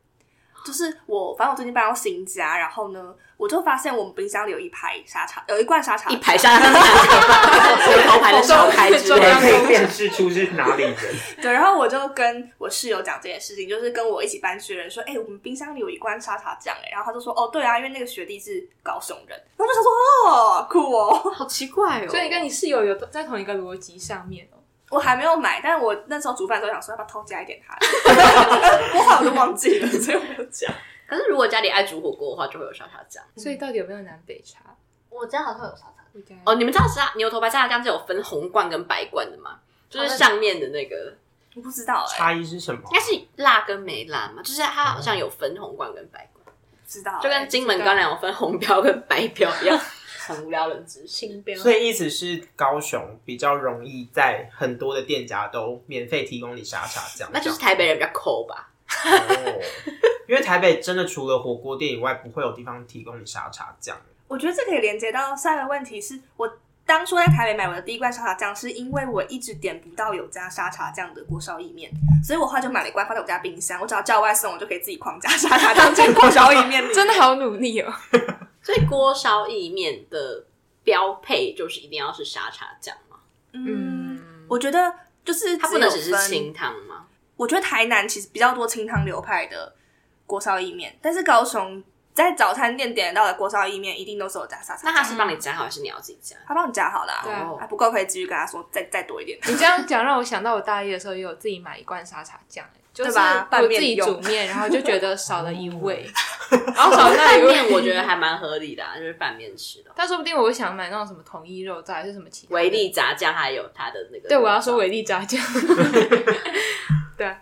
就是我，反正我最近搬到新家，然后呢，我就发现我们冰箱里有一排沙茶，有一罐沙茶一酱排下来， (laughs) 回头牌的小开之我类还可的。以辨识出是哪里人。对，然后我就跟我室友讲这件事情，就是跟我一起搬去的人说，哎、我们冰箱里有一罐沙茶酱，哎，然后他就说，哦，对啊，因为那个学弟是高雄人，然后我就想说，哦，酷哦，好奇怪哦！所以你跟你室友有在同一个逻辑上面哦。我还没有买，但我那时候煮饭的时候想说，要不要偷加一点他， (laughs) 我好像都忘记了，所以我没有加。可是如果家里爱煮火锅的话，就会有沙茶酱。嗯所以到底有没有南北差？我家好像有沙茶酱，不该哦，你们知道沙牛头牌沙茶酱是有分红罐跟白罐的吗？就是上面的哦那个，我不知道哎、差异是什么应？该是辣跟没辣嘛，就是它好像有分红罐跟白罐，不知道哎、就跟金门高粱有分红标跟白标 (laughs) 一样，很无聊冷知识。清标所以意思是高雄比较容易在很多的店家都免费提供你沙茶酱，那就是台北人比较抠吧？这样哦。因为台北真的除了火锅店以外，不会有地方提供你沙茶酱。我觉得这可以连接到下一个问题是，我当初在台北买我的第一罐沙茶酱，是因为我一直点不到有加沙茶酱的锅烧意面，所以我后来就买了一罐放在我家冰箱，我只要叫外送，我就可以自己狂加沙茶酱 (laughs) 进锅烧意面里。真的好努力哦。所以锅烧意面的标配就是一定要是沙茶酱嘛，嗯，我觉得就是它不能有只是分清汤吗？我觉得台南其实比较多清汤流派的锅烧意面，但是高雄在早餐店点得到的锅烧意面一定都是有加沙茶那酱。它是帮你夹好，还是你要自己夹？他帮你加好了、对啊 (laughs) 啊，不够可以继续跟他说再再多一点。你这样讲让我想到，我大一的时候也有自己买一罐沙茶酱、欸，就是对吧拌我自面己用煮面，然后就觉得少了一 (laughs) 味，然后少了那一面味，我觉得还蛮合理的、啊，就是拌面吃的。但说不定我会想买那种什么统一肉燥还是什么其他的维。力炸酱还有它的那个，对，我要说维力炸酱。对啊，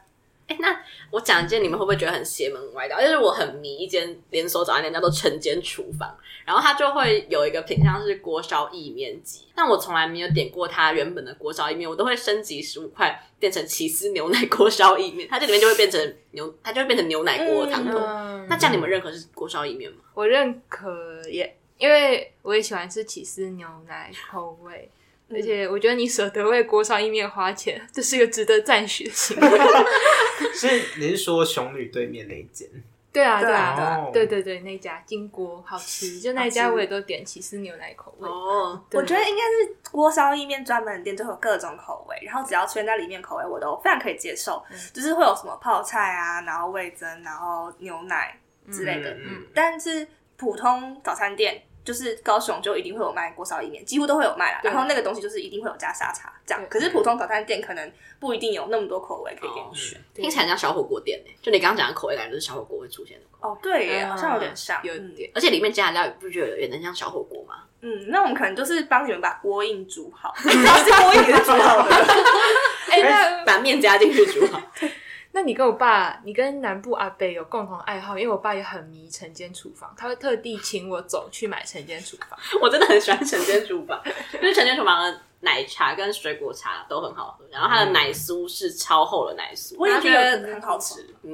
哎、那我讲一件你们会不会觉得很邪门歪道？就是我很迷一间连锁早餐店叫做晨间厨房，然后它就会有一个品相是锅烧意面鸡，但我从来没有点过它原本的锅烧意面，我都会升级十五块变成起司牛奶锅烧意面，它这里面就会变成牛，它就会变成牛奶锅汤头。嗯，那这样你们认可是锅烧意面吗？我认可耶，因为我也喜欢吃起司牛奶口味。嗯而且我觉得你舍得为锅烧意面花钱，这是一个值得赞许的行为。 (laughs) 是你是说雄女对面那一间？对啊，对对啊啊，哦对对对，那家金锅好吃，就那一家我也都点起司牛奶口味。哦，对我觉得应该是锅烧意面专门的店，就会有各种口味，然后只要出现在里面口味，我都非常可以接受。嗯就是会有什么泡菜啊，然后味增，然后牛奶之类的。嗯但是普通早餐店，就是高雄就一定会有卖锅烧意面，几乎都会有卖啦。对啊然后那个东西就是一定会有加沙茶这样对。可是普通早餐店可能不一定有那么多口味可以嗯给你选。对听起来像小火锅店呢、就你刚刚讲的口味，感觉就是小火锅会出现的口味，哦，对耶，嗯好像有点像，有嗯点。而且里面加的料你不觉得有点像小火锅吗？嗯，那我们可能就是帮你们把锅印煮好， (laughs) 是锅印也是煮好嗯的。哎、那 (laughs) 把面加进去煮好。那你跟我爸，你跟南部阿北有共同爱好，因为我爸也很迷晨间厨房，他会特地请我走去买晨间厨房。嗯我真的很喜欢晨间厨房，就是晨间厨房的奶茶跟水果茶都很好喝，然后它嗯的奶酥是超厚的奶酥，我也大觉家得很好吃。嗯，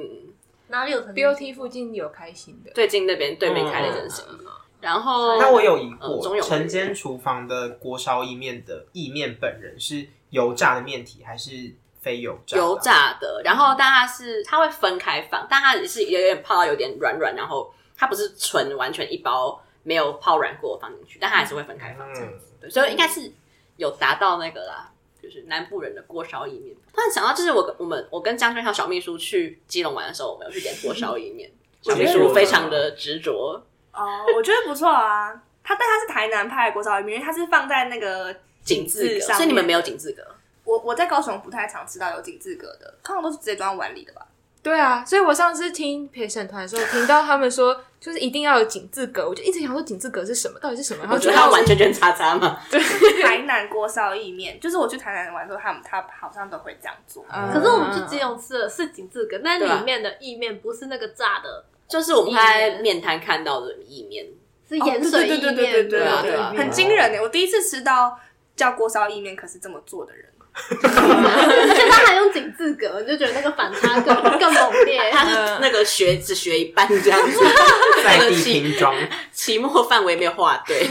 哪里有曾经 BOT 附近有开心的，最近那边对面开了一间嗯新的，然后那我有一嗯中过友晨间厨房的锅烧意面的意面，本人是油炸的面体还是非油炸？油。炸的，然后但它是它会分开放，但它也是有点泡到有点软软，然后它不是纯完全一包没有泡软过放进去，但它还是会分开放嗯这样子，对，所以应该是有达到那个啦。就是南部人的锅烧意面。突然想到，就是我跟我们我跟江轩还有小秘书去基隆玩的时候，我们有去点锅烧意 (laughs) 面。小秘书非常的执着，哦，我觉得不错啊。它但它是台南派的锅烧意面，因为它是放在那个井字字格，上，所以你们没有。井字格。我我在高雄不太常吃到有井字格的，通常都是直接装碗里的吧。对啊，所以我上次听陪审团的时候，听到他们说就是一定要有井字格，我就一直想说井字格是什么，到底是什么？然后我觉得直到它完全全叉叉嘛，台南锅烧意面，就是我去台南玩的时候，他们他好像都会这样做。嗯可是我们去基隆吃的是景字格，但对啊里面的意面不是那个炸的，就是我们在面摊看到的意面，是盐水意对面。对对对哦对对啊对 (laughs) 对啊很惊人呢、我第一次吃到叫锅烧意面，可是这么做的人。而且他还用景字格，你就觉得那个反差更 (laughs) 更猛烈。它呃是那个学只学一半这样子， (laughs) 在地拼装，期末范围没有画对，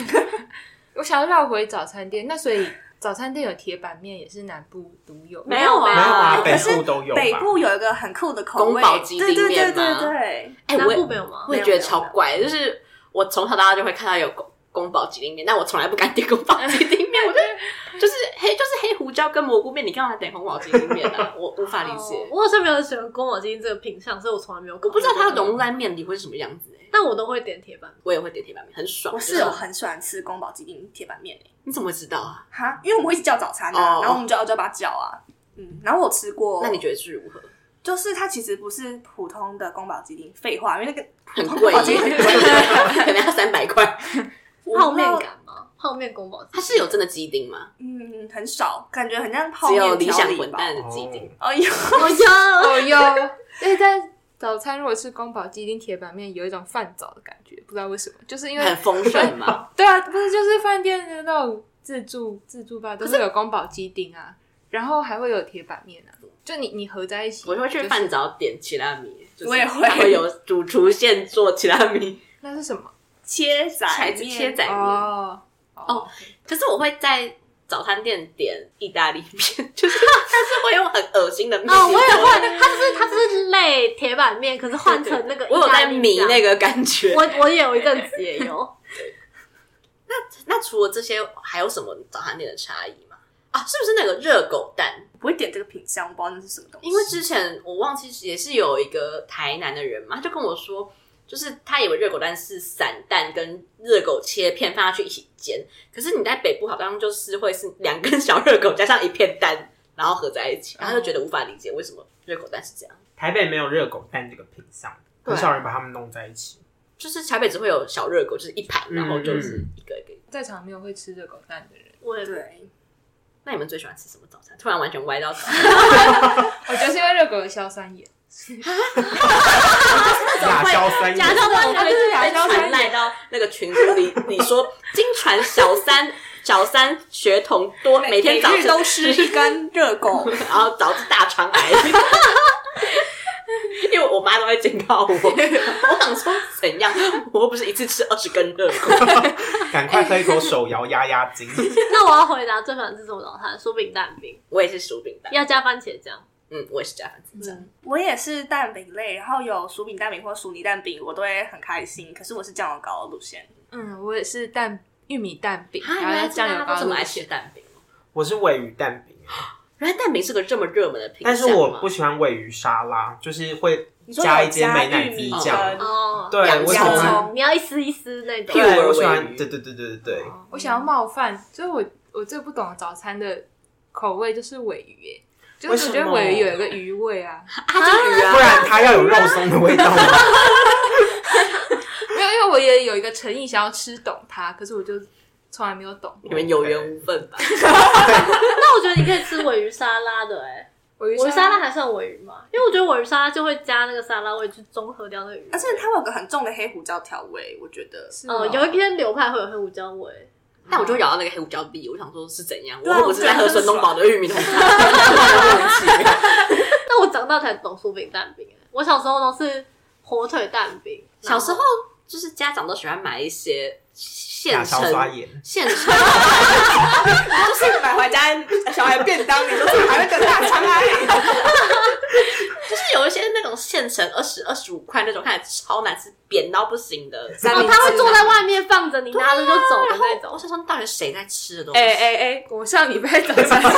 我想要绕回早餐店，那所以早餐店有铁板面也是南部独有， (laughs) 没有啊没有啊，可北是部都有吧？北部有一个很酷的口宫味，保鸡丁对对对面对吗对，哎、南我也部没有吗？我也觉得超怪，就是我从小到大就会看到有宫宫保鸡丁面，但我从来不敢点宫保鸡丁面，我 (laughs) 就就是黑就是黑胡椒跟蘑菇面，你干嘛点宫保鸡丁面啊？我无法理解，哦我好像没有喜欢宫保鸡丁这个品相，所以我从来没有。我我不知道它融入，在面里会是什么样子、欸。但我都会点铁板。我也会点铁板面，很爽。我就室友很喜欢吃宫保鸡丁铁板面诶、你怎么会知道啊？哈，因为我们会一起叫早餐哦啊然后我们就要叫把它叫啊，嗯，然后我吃过，那你觉得是如何？就是它其实不是普通的宫保鸡丁，废话，因为那个很贵耶， (laughs) 宫保哦鸡丁很贵， (laughs) 可能要三百块。泡面感吗？泡面宫保鸡它丁是有真的鸡丁吗？嗯，很少，感觉很像泡只面有理调想理混吧蛋的鸡丁。哦有，哦哟，哦有。对，在早餐如果吃宫保鸡丁铁板面，有一种饭早的感觉，不知道为什么，就是因为很 (laughs) 丰盛嘛。对啊，不是就是饭店的那种自助自助吧，都是有宫保鸡丁啊，然后还会有铁板面啊，就你你合在一起，我会去就是饭早点提拉米，就是我也会它会有主厨现做提拉米，那是什么？ (laughs) 切仔还面切仔面。哦哦，可是我会在早餐店点意大利面， (laughs) 就是但是会用很恶心的面。哦，我也会，它就是它就是类铁板面，可是换成那个我有在迷那个，个感觉。我我有一阵子也有，那除了这些，还有什么早餐店的差异吗？啊，是不是那个热狗蛋？不会点这个品相，我不知道那是什么东西。因为之前我忘记也是有一个台南的人嘛，他就跟我说，就是他以为热狗蛋是散蛋跟热狗切片放下去一起煎，可是你在北部好像就是会是两根小热狗加上一片蛋，然后合在一起，然后他就觉得无法理解为什么热狗蛋是这样。台北没有热狗蛋这个品相，啊很少人把它们弄在一起。就是台北只会有小热狗，就是一盘，嗯然后就是一个一个。在场没有会吃热狗蛋的人，我也对，那你们最喜欢吃什么早餐？突然完全歪到早餐，我觉得是因为热狗有硝酸盐，亚硝酸假盐，到我对被对被对传来到那个群组里，你说 (laughs) 经传小三小三学童多，每天早日晨都吃一根热狗，然后导致大肠癌。 (laughs) 因为我妈都会警告我，我想说怎样，我又不是一次吃二十根热狗，赶快喝一口手摇压压惊。 (laughs) 那我要回答最喜欢吃什么早餐？酥饼蛋饼，我也是薯饼蛋，要加番茄酱。嗯，我也是加番茄酱， (laughs) 我也是蛋饼类，然后有薯饼蛋饼或薯泥蛋饼，我都会很开心。可是我是酱油膏的路线，嗯，我也是蛋玉米蛋饼，啊然后原要来酱油膏这入么爱馅吃蛋饼哦，我是鲔鱼蛋饼，啊原来蛋饼是个这么热门的品但项是我不吗喜欢鲔鱼沙拉，就是会你说加有一些美乃玉米滋跟酱。嗯哦，对，洋我喜欢葱你要一丝一丝那种。 Pure 对，我喜鲔欢，鱼对对对对对对，我想要冒犯，就是我我最不懂的早餐的口味就是尾鱼、耶，就是我觉为什得么尾鱼有一个鱼味啊，啊，这鱼不啊，然它要有肉松的味道吗？ (laughs) 没有，因为我也有一个诚意想要吃懂它，可是我就从来没有懂你们有缘无分吧？那我觉得你可以吃尾鱼沙拉的，哎，尾鱼尾鱼沙沙拉拉。还算尾鱼嘛？因为我觉得尾鱼沙拉就会加那个沙拉味去中和掉那个鱼味。而且它有个很重的黑胡椒调味，我觉得是嗯哦，哦有一天流派会有黑胡椒味，但我就咬到那个黑胡椒粒，我想说是怎样？对啊我又不是在喝孙东宝的玉米浓汤， (laughs) 但我长大才懂酥饼蛋饼、欸我小时候都是火腿蛋饼，小时候就是家长都喜欢买一些现打成小刷眼，现成，就是买回家小孩便当，你说这还会跟大肠啊？ (laughs) 就是有一些那种现成二十二十五块那种，看起来超难吃，扁到不行的三然后哦明治。他会坐在外面放着，你拿着就走的那我种。想说，到底谁在吃的东西？哎哎哎，我上礼拜早 (laughs) 上因为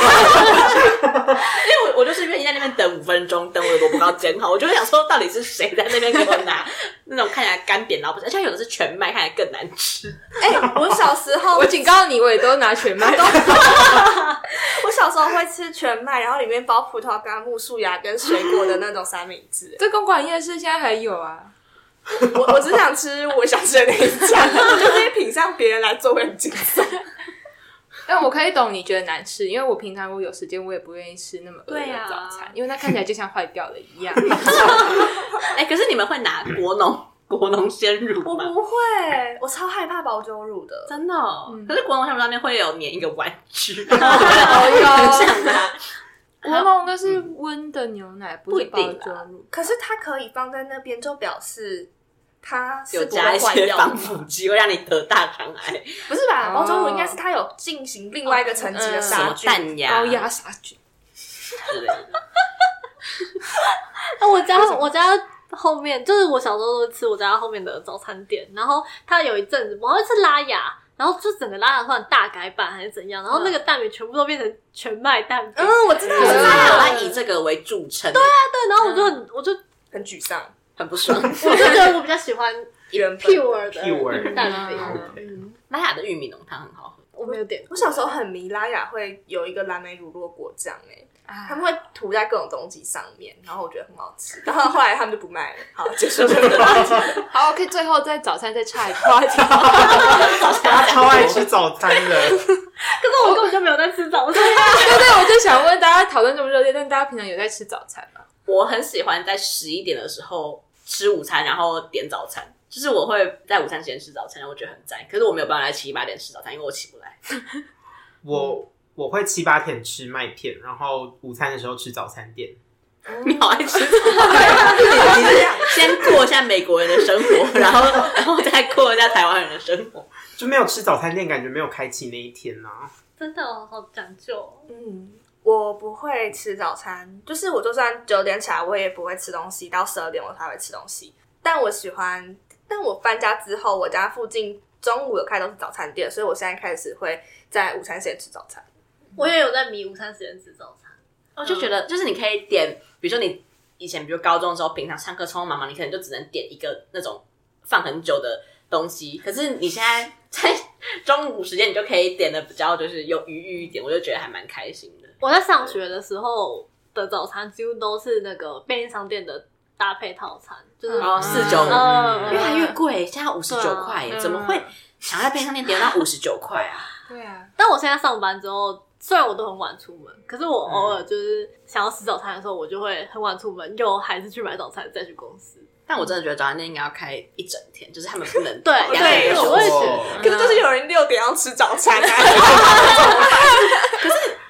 我我就是愿意在那边等五分钟，等我的萝卜糕煎好。我就会想说，到底是谁在那边给我拿那种看起来干扁到不行，而且有的是全麦，看起来更难吃。哎、我小时候我警告你，我也 (laughs) 都拿全麦。我小时候会吃全麦，然后里面包葡萄干、木薯芽跟水果的那种三明治。这公馆夜市现在还有啊？我我只想吃我想吃的那一家，我就会品上别人来做，我很惊悚。但我可以懂你觉得难吃，因为我平常我有时间我也不愿意吃那么饿对啊的早餐，因为它看起来就像坏掉了 (laughs) 一样。哎、可是你们会拿国农国农鲜乳我吗？不会，我超害怕保酒乳的。真的、哦嗯可是国农鲜乳上面会有粘一个玩 (laughs) 具，哦很像啊拿哟，我弄的是温的牛奶，不是不一包定啦装乳。可是它可以放在那边，就表示它是有不会加一坏些掉的防。腐剂，会让你得大肠癌，不是吧？哦包装乳应该是它有进行另外一个层级的嗯什杀么菌。蛋呀、高压杀菌，之类的。那啊我家我家后面就是我小时候都吃我家后面的早餐店，然后他有一阵子我会吃拉雅，然后就整个拉雅突然大改版还是怎样，然后那个蛋饼全部都变成全麦蛋饼，嗯，我知道，我可知是他道，有来以这个为著称，对啊，对，然后我就很我就很沮丧。很不爽。我就觉得我比较喜欢原本 pure 的 Pure 蛋饼，玛雅的玉米浓汤很好喝，我没有点过。我小时候很迷拉雅，会有一个蓝莓乳酪果酱哎、他啊们会涂在各种东西上面，然后我觉得很好吃。然后后来他们就不卖了。好，结束这个 (laughs) 话题。好，OK，最后在早餐再差一个话题， (laughs) 他超爱吃早餐的，可是我根本就没有在吃早餐， (laughs) 对 (laughs) 对，我就想问大家讨论这么热烈，但大家平常有在吃早餐吗？我很喜欢在十一点的时候吃午餐，然后点早餐。就是我会在午餐时间吃早餐，我觉得很赞。可是我没有办法在七八点吃早餐，因为我起不来。 (laughs) 我我会七八点吃麦片，然后午餐的时候吃早餐店。 (laughs) 你好爱吃早餐，你是 (laughs) 先过一下美国人的生活，然后然后再过一下台湾人的生活。就没有吃早餐店，感觉没有开启那一天啊呐、真的哦好讲究哦。 (laughs) 嗯，我不会吃早餐，就是我就算九点起来，我也不会吃东西，到十二点我才会吃东西。但我喜欢，但我搬家之后，我家附近中午有开都是早餐店，所以我现在开始会在午餐时间吃早餐。我也有在迷午餐时间吃早餐，我就觉得，就是你可以点，比如说你以前，比如高中的时候，平常上课匆匆忙忙，你可能就只能点一个那种放很久的东西。可是你现在 (laughs) 在中午时间，你就可以点的比较就是有余裕一点，我就觉得还蛮开心的。我在上学的时候的早餐几乎都是那个便利商店的搭配套餐，就是然后四九嗯嗯越来越贵，现在五十九块耶，嗯怎么会想要在便利商店点到五十九块啊？ (laughs) 对啊，但我现在上班之后，虽然我都很晚出门，可是我偶尔就是想要吃早餐的时候，我就会很晚出门，又还是去买早餐再去公司。但我真的觉得早餐店应该要开一整天，就是他们不能对两个人对休息我也觉得哦可是就是有人六点要吃早餐啊，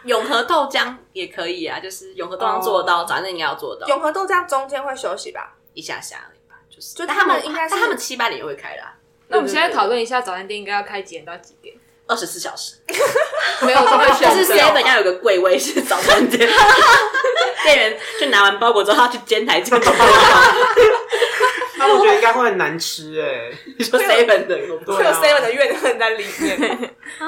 永和豆浆也可以啊，就是永和豆浆做得到，早餐店应该要做得到。 (laughs) 永和豆浆中间会休息吧？一下下而已吧，就是。就但他他们们应该是但他们七八点也会开啦，那我们现在讨论一下早餐店应该要开几点到几点？二十四小时。没有 (laughs) 这么选但是择 seven 要有个柜位是早餐店，店员就拿完包裹之后，他去煎台煎包裹。那我觉得应该会很难吃哎、你说 seven 的有对多啊会 (laughs) 有 seven 的怨恨在里面。啊，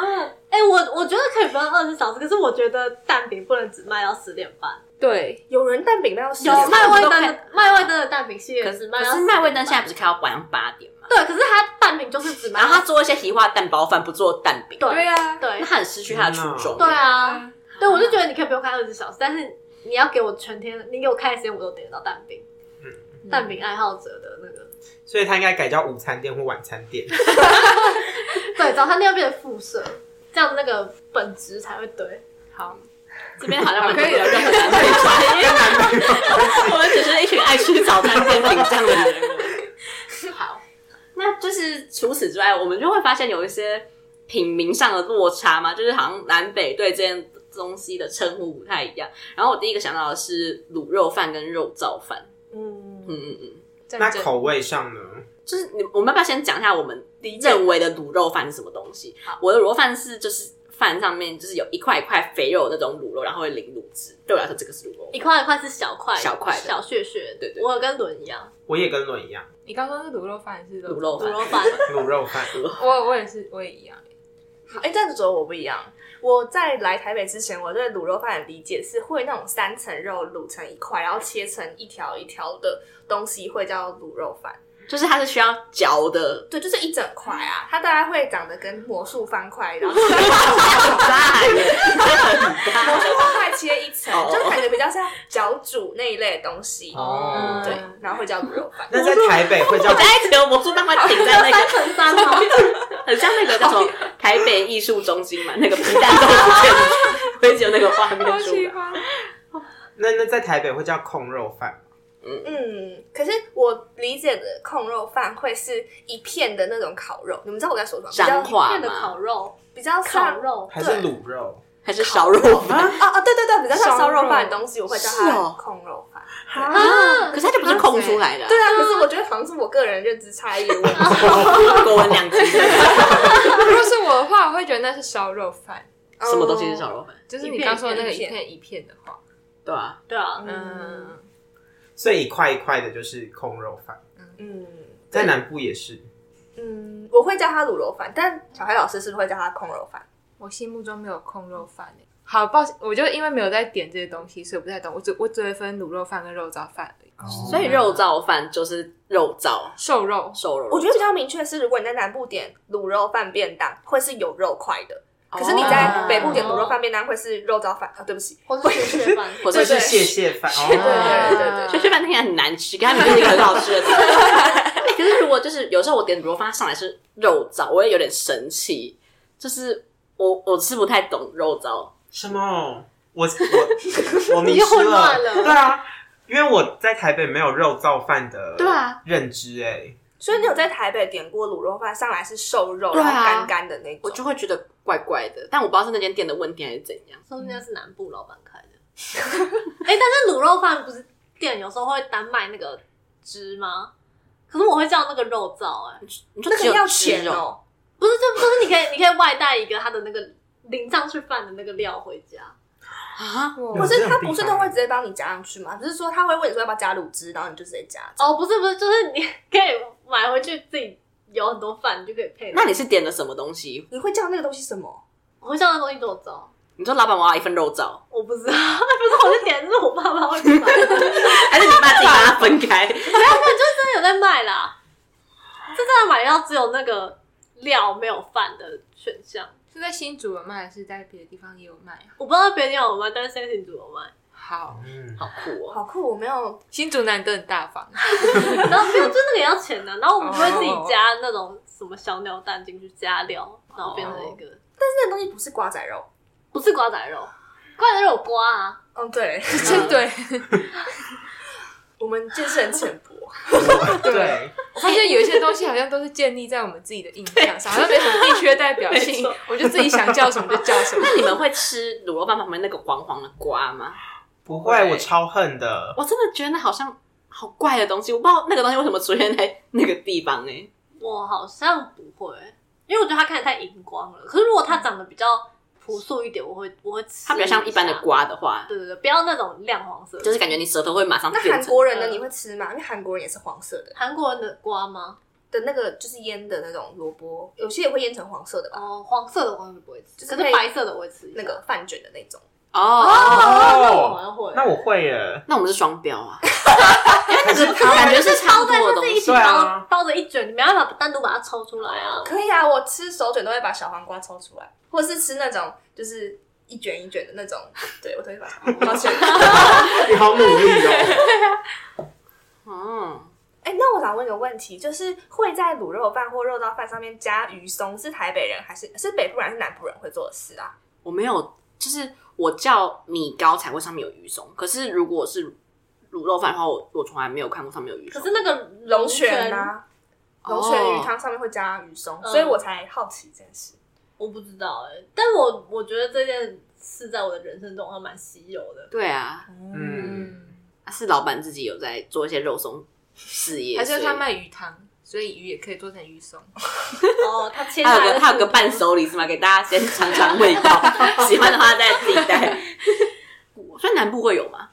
哎、我我觉得可以不要二十小时，可是我觉得蛋饼不能只卖到十点半。对， (laughs) 有人蛋饼到有哦麦味登的麦味登的蛋饼系列只卖可到10是点半，麦味登现在不是开到晚上八点吗？对，可是它蛋饼就是只卖然到后他做一些提化蛋包饭，不做蛋饼，对对啊，对那他很失去他的初衷。对，啊，对我就觉得你可以不用开二十小时，但是你要给我全天，你给我开的时间我都点得到蛋饼。嗯蛋饼爱好者的那个，所以它应该改叫午餐店或晚餐店。对，早餐店要变成附设，这样那个本质才会对。好，这边好像完可全以没有任何男女传，因为我们只是一群爱吃早餐煎饼酱的 (laughs) 人。好，那就是除此之外，我们就会发现有一些品名上的落差嘛，就是好像南北对这件东西的称呼不太一样。然后我第一个想到的是卤肉饭跟肉燥饭，嗯，嗯嗯嗯，战那争口味上呢？就是你我们要不要先讲一下我们认为的卤肉饭是什么东西？啊我的卤肉饭是就是饭上面就是有一块一块肥肉的那种卤肉，然后会淋卤汁。对我来说，这个是卤 (laughs) 肉饭。一块一块是小块，小块的小屑屑。对对我有跟伦一样，我也跟伦一样，你刚说是卤肉饭是卤肉卤饭肉饭，卤肉饭。我我也是，我也一样。好，哎、这样子我不一样。我在来台北之前，我对卤肉饭的理解是会那种三层肉卤成一块，然后切成一条一条的东西，会叫卤肉饭。就是它是需要嚼的， (laughs) 对，就是一整块啊，它大概会长得跟魔术方块，然后 (laughs) 大耶，很魔大。术方块切一层，哦就感觉比较像脚煮那一类的东西。哦对，然后会叫卤肉饭。那在台北会叫我在一直有魔术方块顶在那个，很 (laughs) 三吗？很像那个叫什么台北艺术中心嘛，那个皮蛋豆腐片，我一直有那个画面好出喜来。欢，那那在台北会叫控肉饭，嗯，可是我理解的控肉饭会是一片的那种烤肉，你们知道我在说什么？比彰较化面的烤嘛，肉，比较烤像肉，还是卤肉？还是烧肉饭？啊啊，对对对，比较像烧肉烧饭的肉东西，我会叫是它哦控肉饭。啊，可是它就不是空出来的啊，对啊，可是我觉得好像是我个人认知差异的问题。嗯国文两级的。如果是我的话，我会觉得那是烧肉饭， (laughs) 什么东嗯西是烧肉饭？就是你刚说的那个一片一片的 (laughs) 话，对啊，对啊，嗯，所以一块一块的就是控肉饭，嗯，在南部也是。嗯，我会叫它卤肉饭，但小黑老师是会叫它控肉饭。我心目中没有控肉饭诶。好，抱歉，我就因为没有在点这些东西，所以我不太懂。我只我只会分卤肉饭跟肉燥饭而已。哦所以肉燥饭就是肉燥瘦肉，瘦肉。我觉得比较明确是，如果你在南部点卤肉饭便当，会是有肉块的；可是你哦在北部点卤肉饭便当，会是肉燥饭。啊，对不起，或是雪雪饭，我这说是是蟹蟹饭对对对哦，对对就这饭听起来很难吃，跟他们就是一个很好吃的东西。 (laughs) 哎可是如果就是有时候我点卤肉饭它上来是肉燥，我也有点神奇，就是我我吃不太懂肉燥。什么？我 (laughs) 我我迷你就失混乱了对啊，因为我在台北没有肉燥饭的对啊认知哎，所以你有在台北点过卤肉饭，上来是瘦肉，对然啊后干干的那我种。就会觉得怪怪的，但我不知道是那间店的问题还是怎样。说不定那是南部老板开的。 (laughs) 哎，但是卤肉饭不是店有时候会单卖那个汁吗？可是我会叫那个肉燥，哎，你说那只个有要吃钱肉，哦，不是，这不是你可以，你可以外带一个它的那个淋上去饭的那个料回家。啊？有哦可这是种他地不是方都会吗直接帮你加上去吗？不是说他会问你说要不要加卤汁，然后你就直接加。哦，不是不是，就是你可以买回去自己有很多饭，你就可以配。那你是点了什么东西？你会叫那个东西什么？我会叫那东西肉燥，你说老板我要一份肉 (laughs) 燥，我不知道，不 (laughs) 是我是点，是我爸妈会去买 (laughs) 的，真的还是你爸自己把它分开？有在卖啦。这真的买到只有那个料没有饭的选项，是在新竹有卖，还是在别的地方也有卖啊？我不知道别人有卖，但是相信主有卖。好，嗯，好酷哦！ (laughs) 好酷，我没有。新竹男都很大方，然后没有，就那个也要钱的、然后我们不会自己加那种什么小鸟蛋进去加料，然后变成一个但是那个东西不是瓜仔肉。不是瓜仔肉，瓜仔肉有瓜啊，嗯， (laughs) 对， (laughs) 真对，我们见识很浅薄。哦对，我发现有一些东西好像都是建立在我们自己的印象上，好像没什么地区的代表 (laughs) 性，我就自己想叫什么就叫什么。那你们会吃卤肉饭旁边那个黄黄的瓜吗？不会，对我超恨的。我真的觉得那好像好怪的东西，我不知道那个东西为什么出现在那个地方哎、我好像不会，因为我觉得它看起来太荧光了。可是如果它长得比较朴素一点，我会我会吃。它比较像一般的，瓜的话，对对对，不要那种亮黄色的，就是感觉你舌头会马上 (laughs) 那变韩成国人呢？你会吃吗？因为韩国人也是黄色的，韩国人的瓜吗？的那个就是腌的那种萝卜，有些也会腌成黄色的吧，哦，黄色的我好像不会就吃，是可配是白色的我会吃一下。那个饭卷的那种。哦。那我好像会那我会耶，那我们是双标 (laughs) 啊，可是感觉就是是差包不在多的它东是一西。起对包啊包着一卷，你没办法单独把它抽出来啊。可以啊，我吃手卷都会把小黄瓜抽出来，或者是吃那种就是一卷一卷的那种。对我都会把小黄瓜抽出来。你好努力哦。嗯，哎、那我想问一个问题，就是会在卤肉饭或肉燥饭上面加鱼松，是台北人还是是北部人还是南部人会做的事啊？我没有，就是我叫米糕才会上面有鱼松，可是如果是卤肉饭的话，我我从来没有看过上面有鱼可松。是那个龙泉，啊，哦龙泉鱼汤上面会加鱼松，嗯所以我才好奇这件事。我不知道哎、但我我觉得这件事在我的人生中还蛮稀有的。对啊，嗯，啊是老板自己有在做一些肉松事业，还是所以他卖鱼汤，所以鱼也可以做成鱼松。 (laughs) 哦，他签下他有来个的他有个书伴手礼是吗？给大家先尝尝味道， (laughs) 喜欢的话再自己带。所以南部会有吗？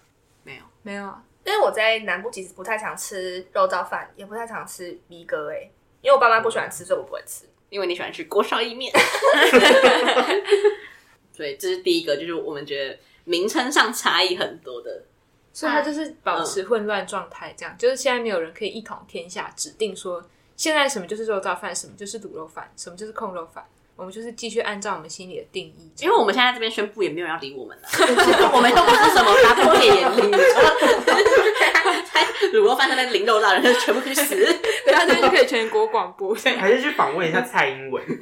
没有啊，因为我在南部其实不太常吃肉燥饭，也不太常吃米哥哎、因为我爸妈不喜欢吃，所以我不会吃。因为你喜欢吃锅烧意面。 (laughs) 所以这是第一个，就是我们觉得名称上差异很多的。所以他就是保持混乱状态，这样、就是现在没有人可以一统天下，指定说现在什么就是肉燥饭，什么就是卤肉饭，什么就是控肉饭。我们就是继续按照我们心里的定义，因为我们现在这边宣布，也没有人要理我们了，我们都不是什么发布戒严令，卤肉饭在那边零肉大人就全部去死。对他这边就可以全国广播。嗯还是去访问一下蔡英 (laughs) 文。你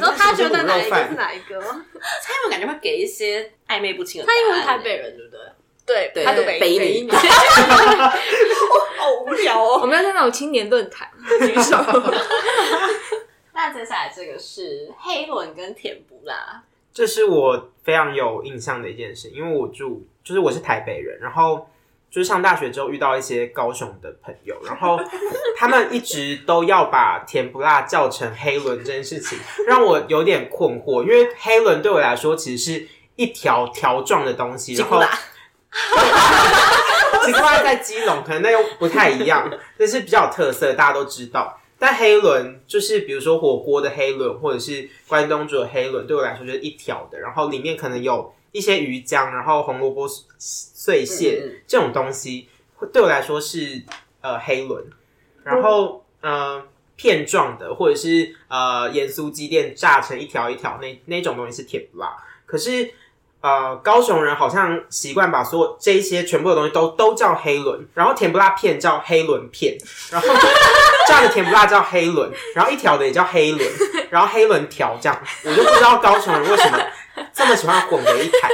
然后他觉得哪一个是哪一个吗？蔡英文感觉会给一些暧昧不清的答案。他因为台北人，对不对？对，对，他是读北北北理一，女好无聊哦我。们要在那种青年论坛举手。那接下来这个是黑轮跟甜不辣，这是我非常有印象的一件事，因为我住就是我是台北人，然后就是上大学之后遇到一些高雄的朋友，然后他们一直都要把甜不辣叫成黑轮这件事情，让我有点困惑，因为黑轮对我来说其实是一条条状的东西，吉然古后拉。 (laughs) 吉古拉在基隆，可能那又不太一样，但是比较有特色，大家都知道。但黑轮就是比如说火锅的黑轮，或者是关东煮的黑轮，对我来说就是一条的，然后里面可能有一些鱼浆，然后红萝卜碎碎屑、嗯嗯这种东西，对我来说是呃黑轮。然后呃片状的，或者是呃盐酥鸡店炸成一条一条那那种东西是甜不辣，可是呃，高雄人好像习惯把所有这一些全部的东西都都叫黑轮，然后甜不辣片叫黑轮片，然后炸的甜不辣叫黑轮，然后一条的也叫黑轮，然后黑轮条这样，我就不知道高雄人为什么这么喜欢混为一谈。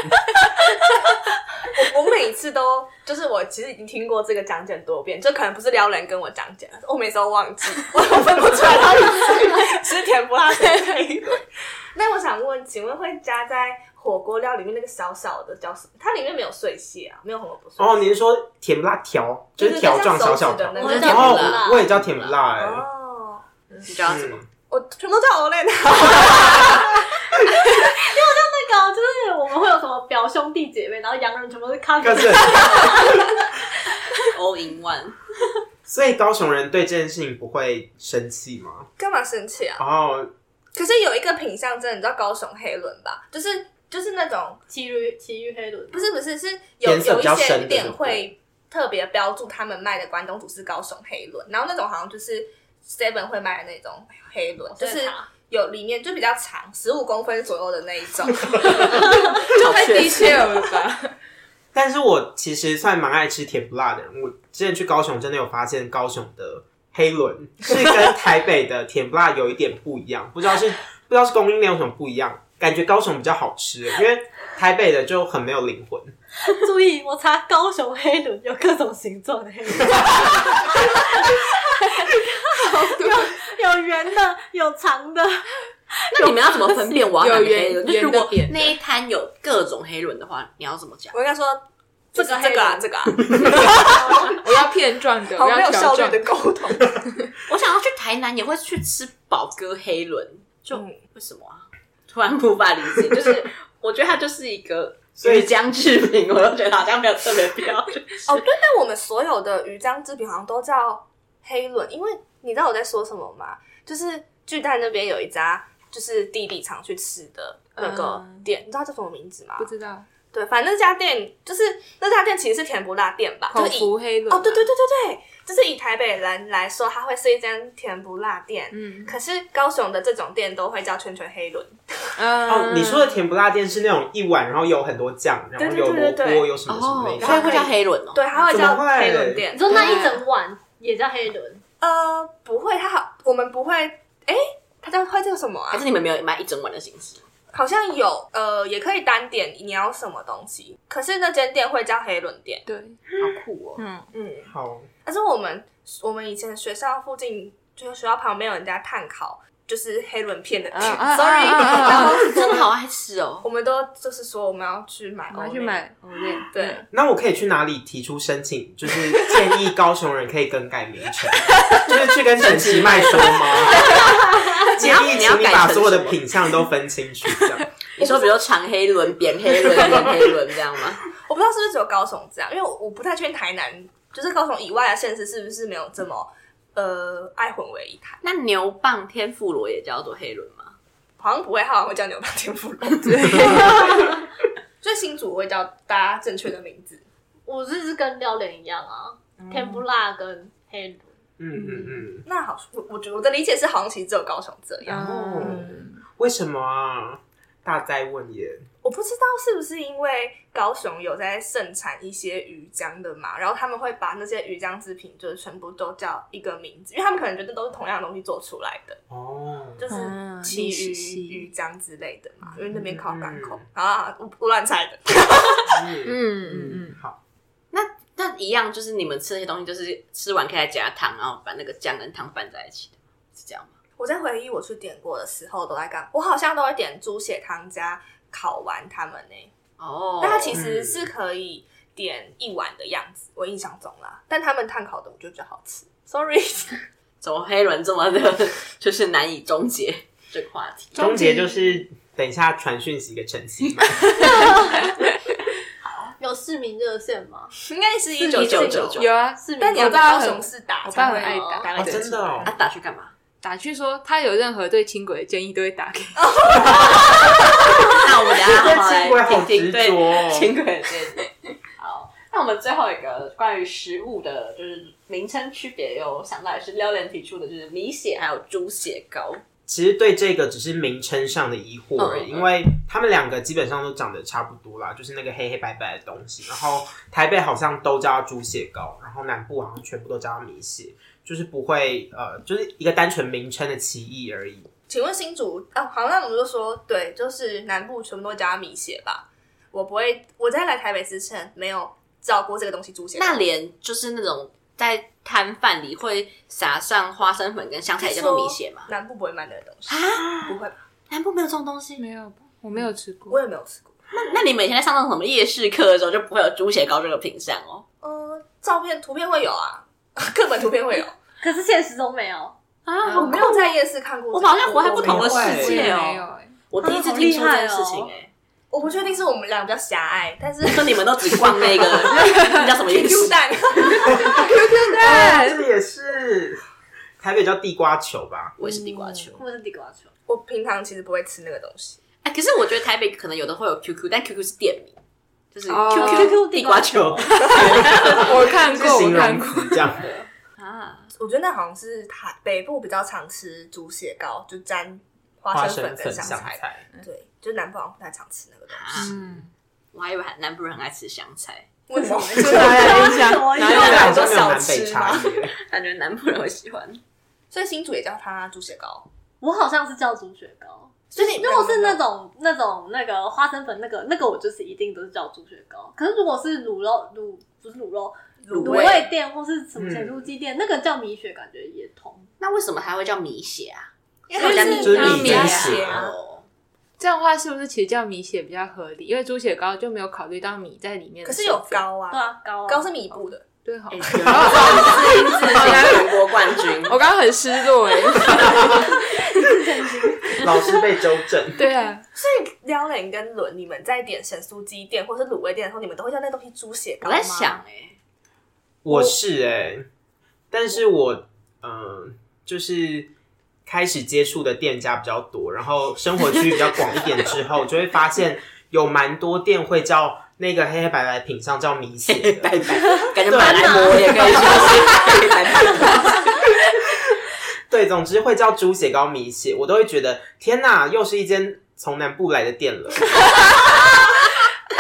我每次都就是我其实已经听过这个讲解很多遍，就可能不是撩人跟我讲解，我每次都忘记，我都分不出来他是 (laughs) 谁，吃甜不辣谁黑的。那我想问，请问会加在火锅料里面那个小小的叫什么？它里面没有碎屑啊，没有红萝卜碎。哦，你是说甜不辣条，就是条状小哦小条的，那我个叫然甜后不辣我也叫甜不辣哎、哦，你知道什么？嗯我全都叫 Olay 那个哦就是我们会有什么表兄弟姐妹，然后洋人全部是咖啡可。 (laughs) 是。 All in one，所以高雄人对这件事情不会生气吗？ (laughs) 干嘛生气啊？哦，可是有一个品相真的，你知道高雄黑轮吧？就是就是那种其余其余黑轮不是不是，是有颜色有比一较些深的店对不对会特别标注他们卖的关东煮是高雄黑轮，然后那种好像就是 Seven 会卖的那种黑轮，就就是是有里面就比较长，十五公分左右的那一 (laughs) 种。就太 detail 了吧？但是我其实算蛮爱吃甜不辣的人。我之前去高雄，真的有发现高雄的黑轮是跟台北的甜不辣有一点不一样，不知道是不知道是供应链有什么不一样，感觉高雄比较好吃，因为台北的就很没有灵魂。 (laughs) 注意，我查高雄黑轮有各种形状的黑轮，有有圆的，有长的，那你们要怎么分辨我要哪个黑轮？有就是圆如果圆的扁的那一摊有各种黑轮的话，你要怎么讲？我应该说这这个个黑这轮个啊这个啊，我要片状的，好我没有要效条率状的。沟通。我想要去台南，也会去吃宝哥黑轮，就、嗯为什么啊？突然无法理解，就是 (laughs) 我觉得它就是一个所以鱼浆制品，我都觉得好像没有特别必要去吃。哦，对，那我们所有的鱼浆制品好像都叫黑轮，因为你知道我在说什么吗？就是巨蛋那边有一家，就是弟弟常去吃的那个嗯店，你知道叫什么名字吗？不知道，对，反正那家店就是那家店其实是甜不辣店吧，就口是以服黑轮哦，对对对，对对，就是以台北人来说，它会是一间甜不辣店。嗯可是高雄的这种店都会叫圈圈黑轮，哦嗯，，你说的甜不辣店是那种一碗，然后有很多酱，然后有对对萝对对对卜，有什么什么类所以的。会叫黑轮哦。对，它会叫怎么会黑轮 (laughs) 你店。说那一整碗也叫黑轮，呃，不会，它好，我们不会，哎，它叫会叫什么啊还是？你们没有买一整碗的形式？好像有，呃，也可以单点，你要什么东西？可是那间店会叫黑轮店，对，好酷哦！嗯，嗯，好，但是我们我们以前学校附近，就是学校旁边有人家炭烤就是黑轮片的剧、嗯嗯 s o r 嗯 r 嗯嗯 y 嗯然后哦真的好爱吃哦。我们都就是说我们要去买，我要去，买嗯藕面，对，那我可以去哪里提出申请？就是建议高雄人可以更改名称，就是去跟陈其迈说吗？建要议你要请你改把成所有什的么品相都分清楚，这样。你说比如长黑轮、扁黑轮、圆黑轮这样吗？我不知道是不是只有高雄这样，因为我我不太确定台南，就是高雄以外的县市是不是没有这么呃爱混为一谈， (laughs) 那牛蒡天妇罗也叫做黑轮吗？好像不会，好像会叫牛蒡天妇 (laughs) 罗， (laughs) 所以新竹会叫大家正确的名字。 (laughs) 我这是跟撩莲一样啊，甜不辣跟黑卤。嗯嗯嗯。那好，我我觉得我的理解是，好像其实只有高雄这样。哦嗯，为什么啊？大灾问也我不知道是不是因为高雄有在盛产一些鱼浆的嘛，然后他们会把那些鱼浆制品就是全部都叫一个名字，因为他们可能觉得都是同样的东西做出来的，哦，就是啊旗历史系鱼、鱼浆之类的嘛，因为那边靠港口嗯啊，我我乱猜的。嗯嗯嗯，好，那一样就是你们吃那些东西，就是吃完可以再加汤，然后把那个酱跟汤拌在一起的，是这样吗？我在回忆我去点过的时候都在干，我好像都会点猪血汤加烤丸他们呢、哦，但它其实是可以点一碗的样子，我印象中啦。但他们炭烤的我就觉得好吃，sorry。 (laughs) 怎么黑轮这么的，就是难以终结这个话题？终结就是等一下传讯息给陈其迈。有市民热线吗？应该是一九九九九九九九，有啊，市民但你要我热在线爸高很雄市打我才爸会很爱有，打，打哦，来真的哦 (laughs) 啊，，打去干嘛？打去说他有任何对轻轨的建议都会打给你。那我们等一下好好对来听轻轨听对好执着哦轻轨的建议。好，那我们最后一个关于食物的，就是名称区别，有想到也是撩人提出的，就是米血还有猪血糕。其实对这个只是名称上的疑惑而已，嗯因为他们两个基本上都长得差不多啦，就是那个黑黑白白的东西。然后台北好像都叫它猪血糕，然后南部好像全部都叫它米血，就是不会呃，就是一个单纯名称的歧义而已。请问新竹哦，好，那我们就说对，就是南部全部都加米血吧。我不会，我在来台北之前没有找过这个东西猪血。那连就是那种在摊贩里会撒上花生粉跟香菜，叫做米血吗？南部不会卖那个东西，不会吧？南部没有这种东西。没有吧？我没有吃过 (laughs) 我。也没有吃过。那你每天在上那种什么夜市课的时候，就不会有猪血糕这个品相哦。呃，照片图片会有啊，课本图片会有。可是现实中没没有。啊我没有在夜市看过这个，我们好像活在不同的世我也界哦没有哎，我第一次听说这件事情啊好厉害哦哎、 (laughs) 我不确定是我们俩比较狭隘，但是说你 (laughs) 们都只逛那个 (laughs) 那叫什么夜 (laughs) Q 市？蛋哎哦，这也是台北叫地瓜球吧？我也是地瓜球。或是地瓜球。我平常其实不会吃那个东西。哎、可是我觉得台北可能有的会有 QQ，但 QQ 是店名，就是哦 QQ 地瓜球我看是过，我形看容过。词这样。啊。我觉得那好像是台北部比较常吃猪血糕，就沾花花生生粉粉、跟香香菜。菜，对，就南部好像不太常吃那个东西。嗯，我还以为南部人很爱吃香菜，为什么？哪有印象？哪这个有好很像啊没多有小南北吃差嘛。异。感觉南部人会喜欢。所以新竹也叫它猪血糕，我好像是叫猪血糕，就是如果是那种那种那个花生粉那个那个，我就是一定都是叫猪血糕。可是如果是卤肉卤不是卤肉卤卤味味店或是什么咸猪鸡店，那个叫米血，感觉也通。那为什么还会叫米血啊？因为为它它是是就是米米跟血血啊。哦，这样的话是不是其实叫米血比较合理？因为猪血糕就没有考虑到米在里面的可成分。是有糕哎对啊，啊，糕啊糕是米布的。对好。自全哦国冠军。 (laughs) 我刚刚很失落 (laughs) 哎。老师被纠正，对啊，所以 (laughs) 撩人跟伦，你们在点神酥鸡店或是卤味店的时候，你们都会叫那东西猪血糕我吗？在想，哎、我是哎、但是我嗯、呃就是开始接触的店家比较多，然后生活区域比较广一点之后，就会发现有蛮多店会叫那个黑黑白白的品相叫米血的，拜拜，感觉本来我也可以 (laughs) 说是拜拜。对，总之会叫猪血糕米血，我都会觉得天哪，又是一间从南部来的店了。 (laughs)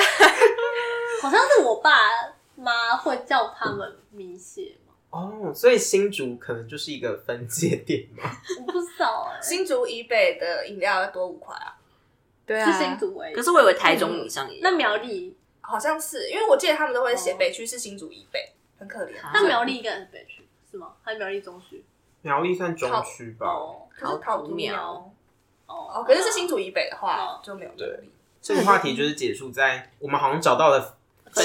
好像是我爸妈会叫他们米血嘛，哦，所以新竹可能就是一个分界点嘛。我不知道哎、新竹以北的饮料要多五块啊，对是新啊。竹哎、可是我以为台中以上也有那苗栗，好像是，因为我记得他们都会写哦北区是新竹以北，很可怜。啊那苗栗应该是北区是吗？还是苗栗中区？苗栗算中区吧，哦，桃就是桃竹竹苗苗。哦哦，可是是新竹以北的哦话就没有对苗栗。这个话题就是结束在我们好像找到了分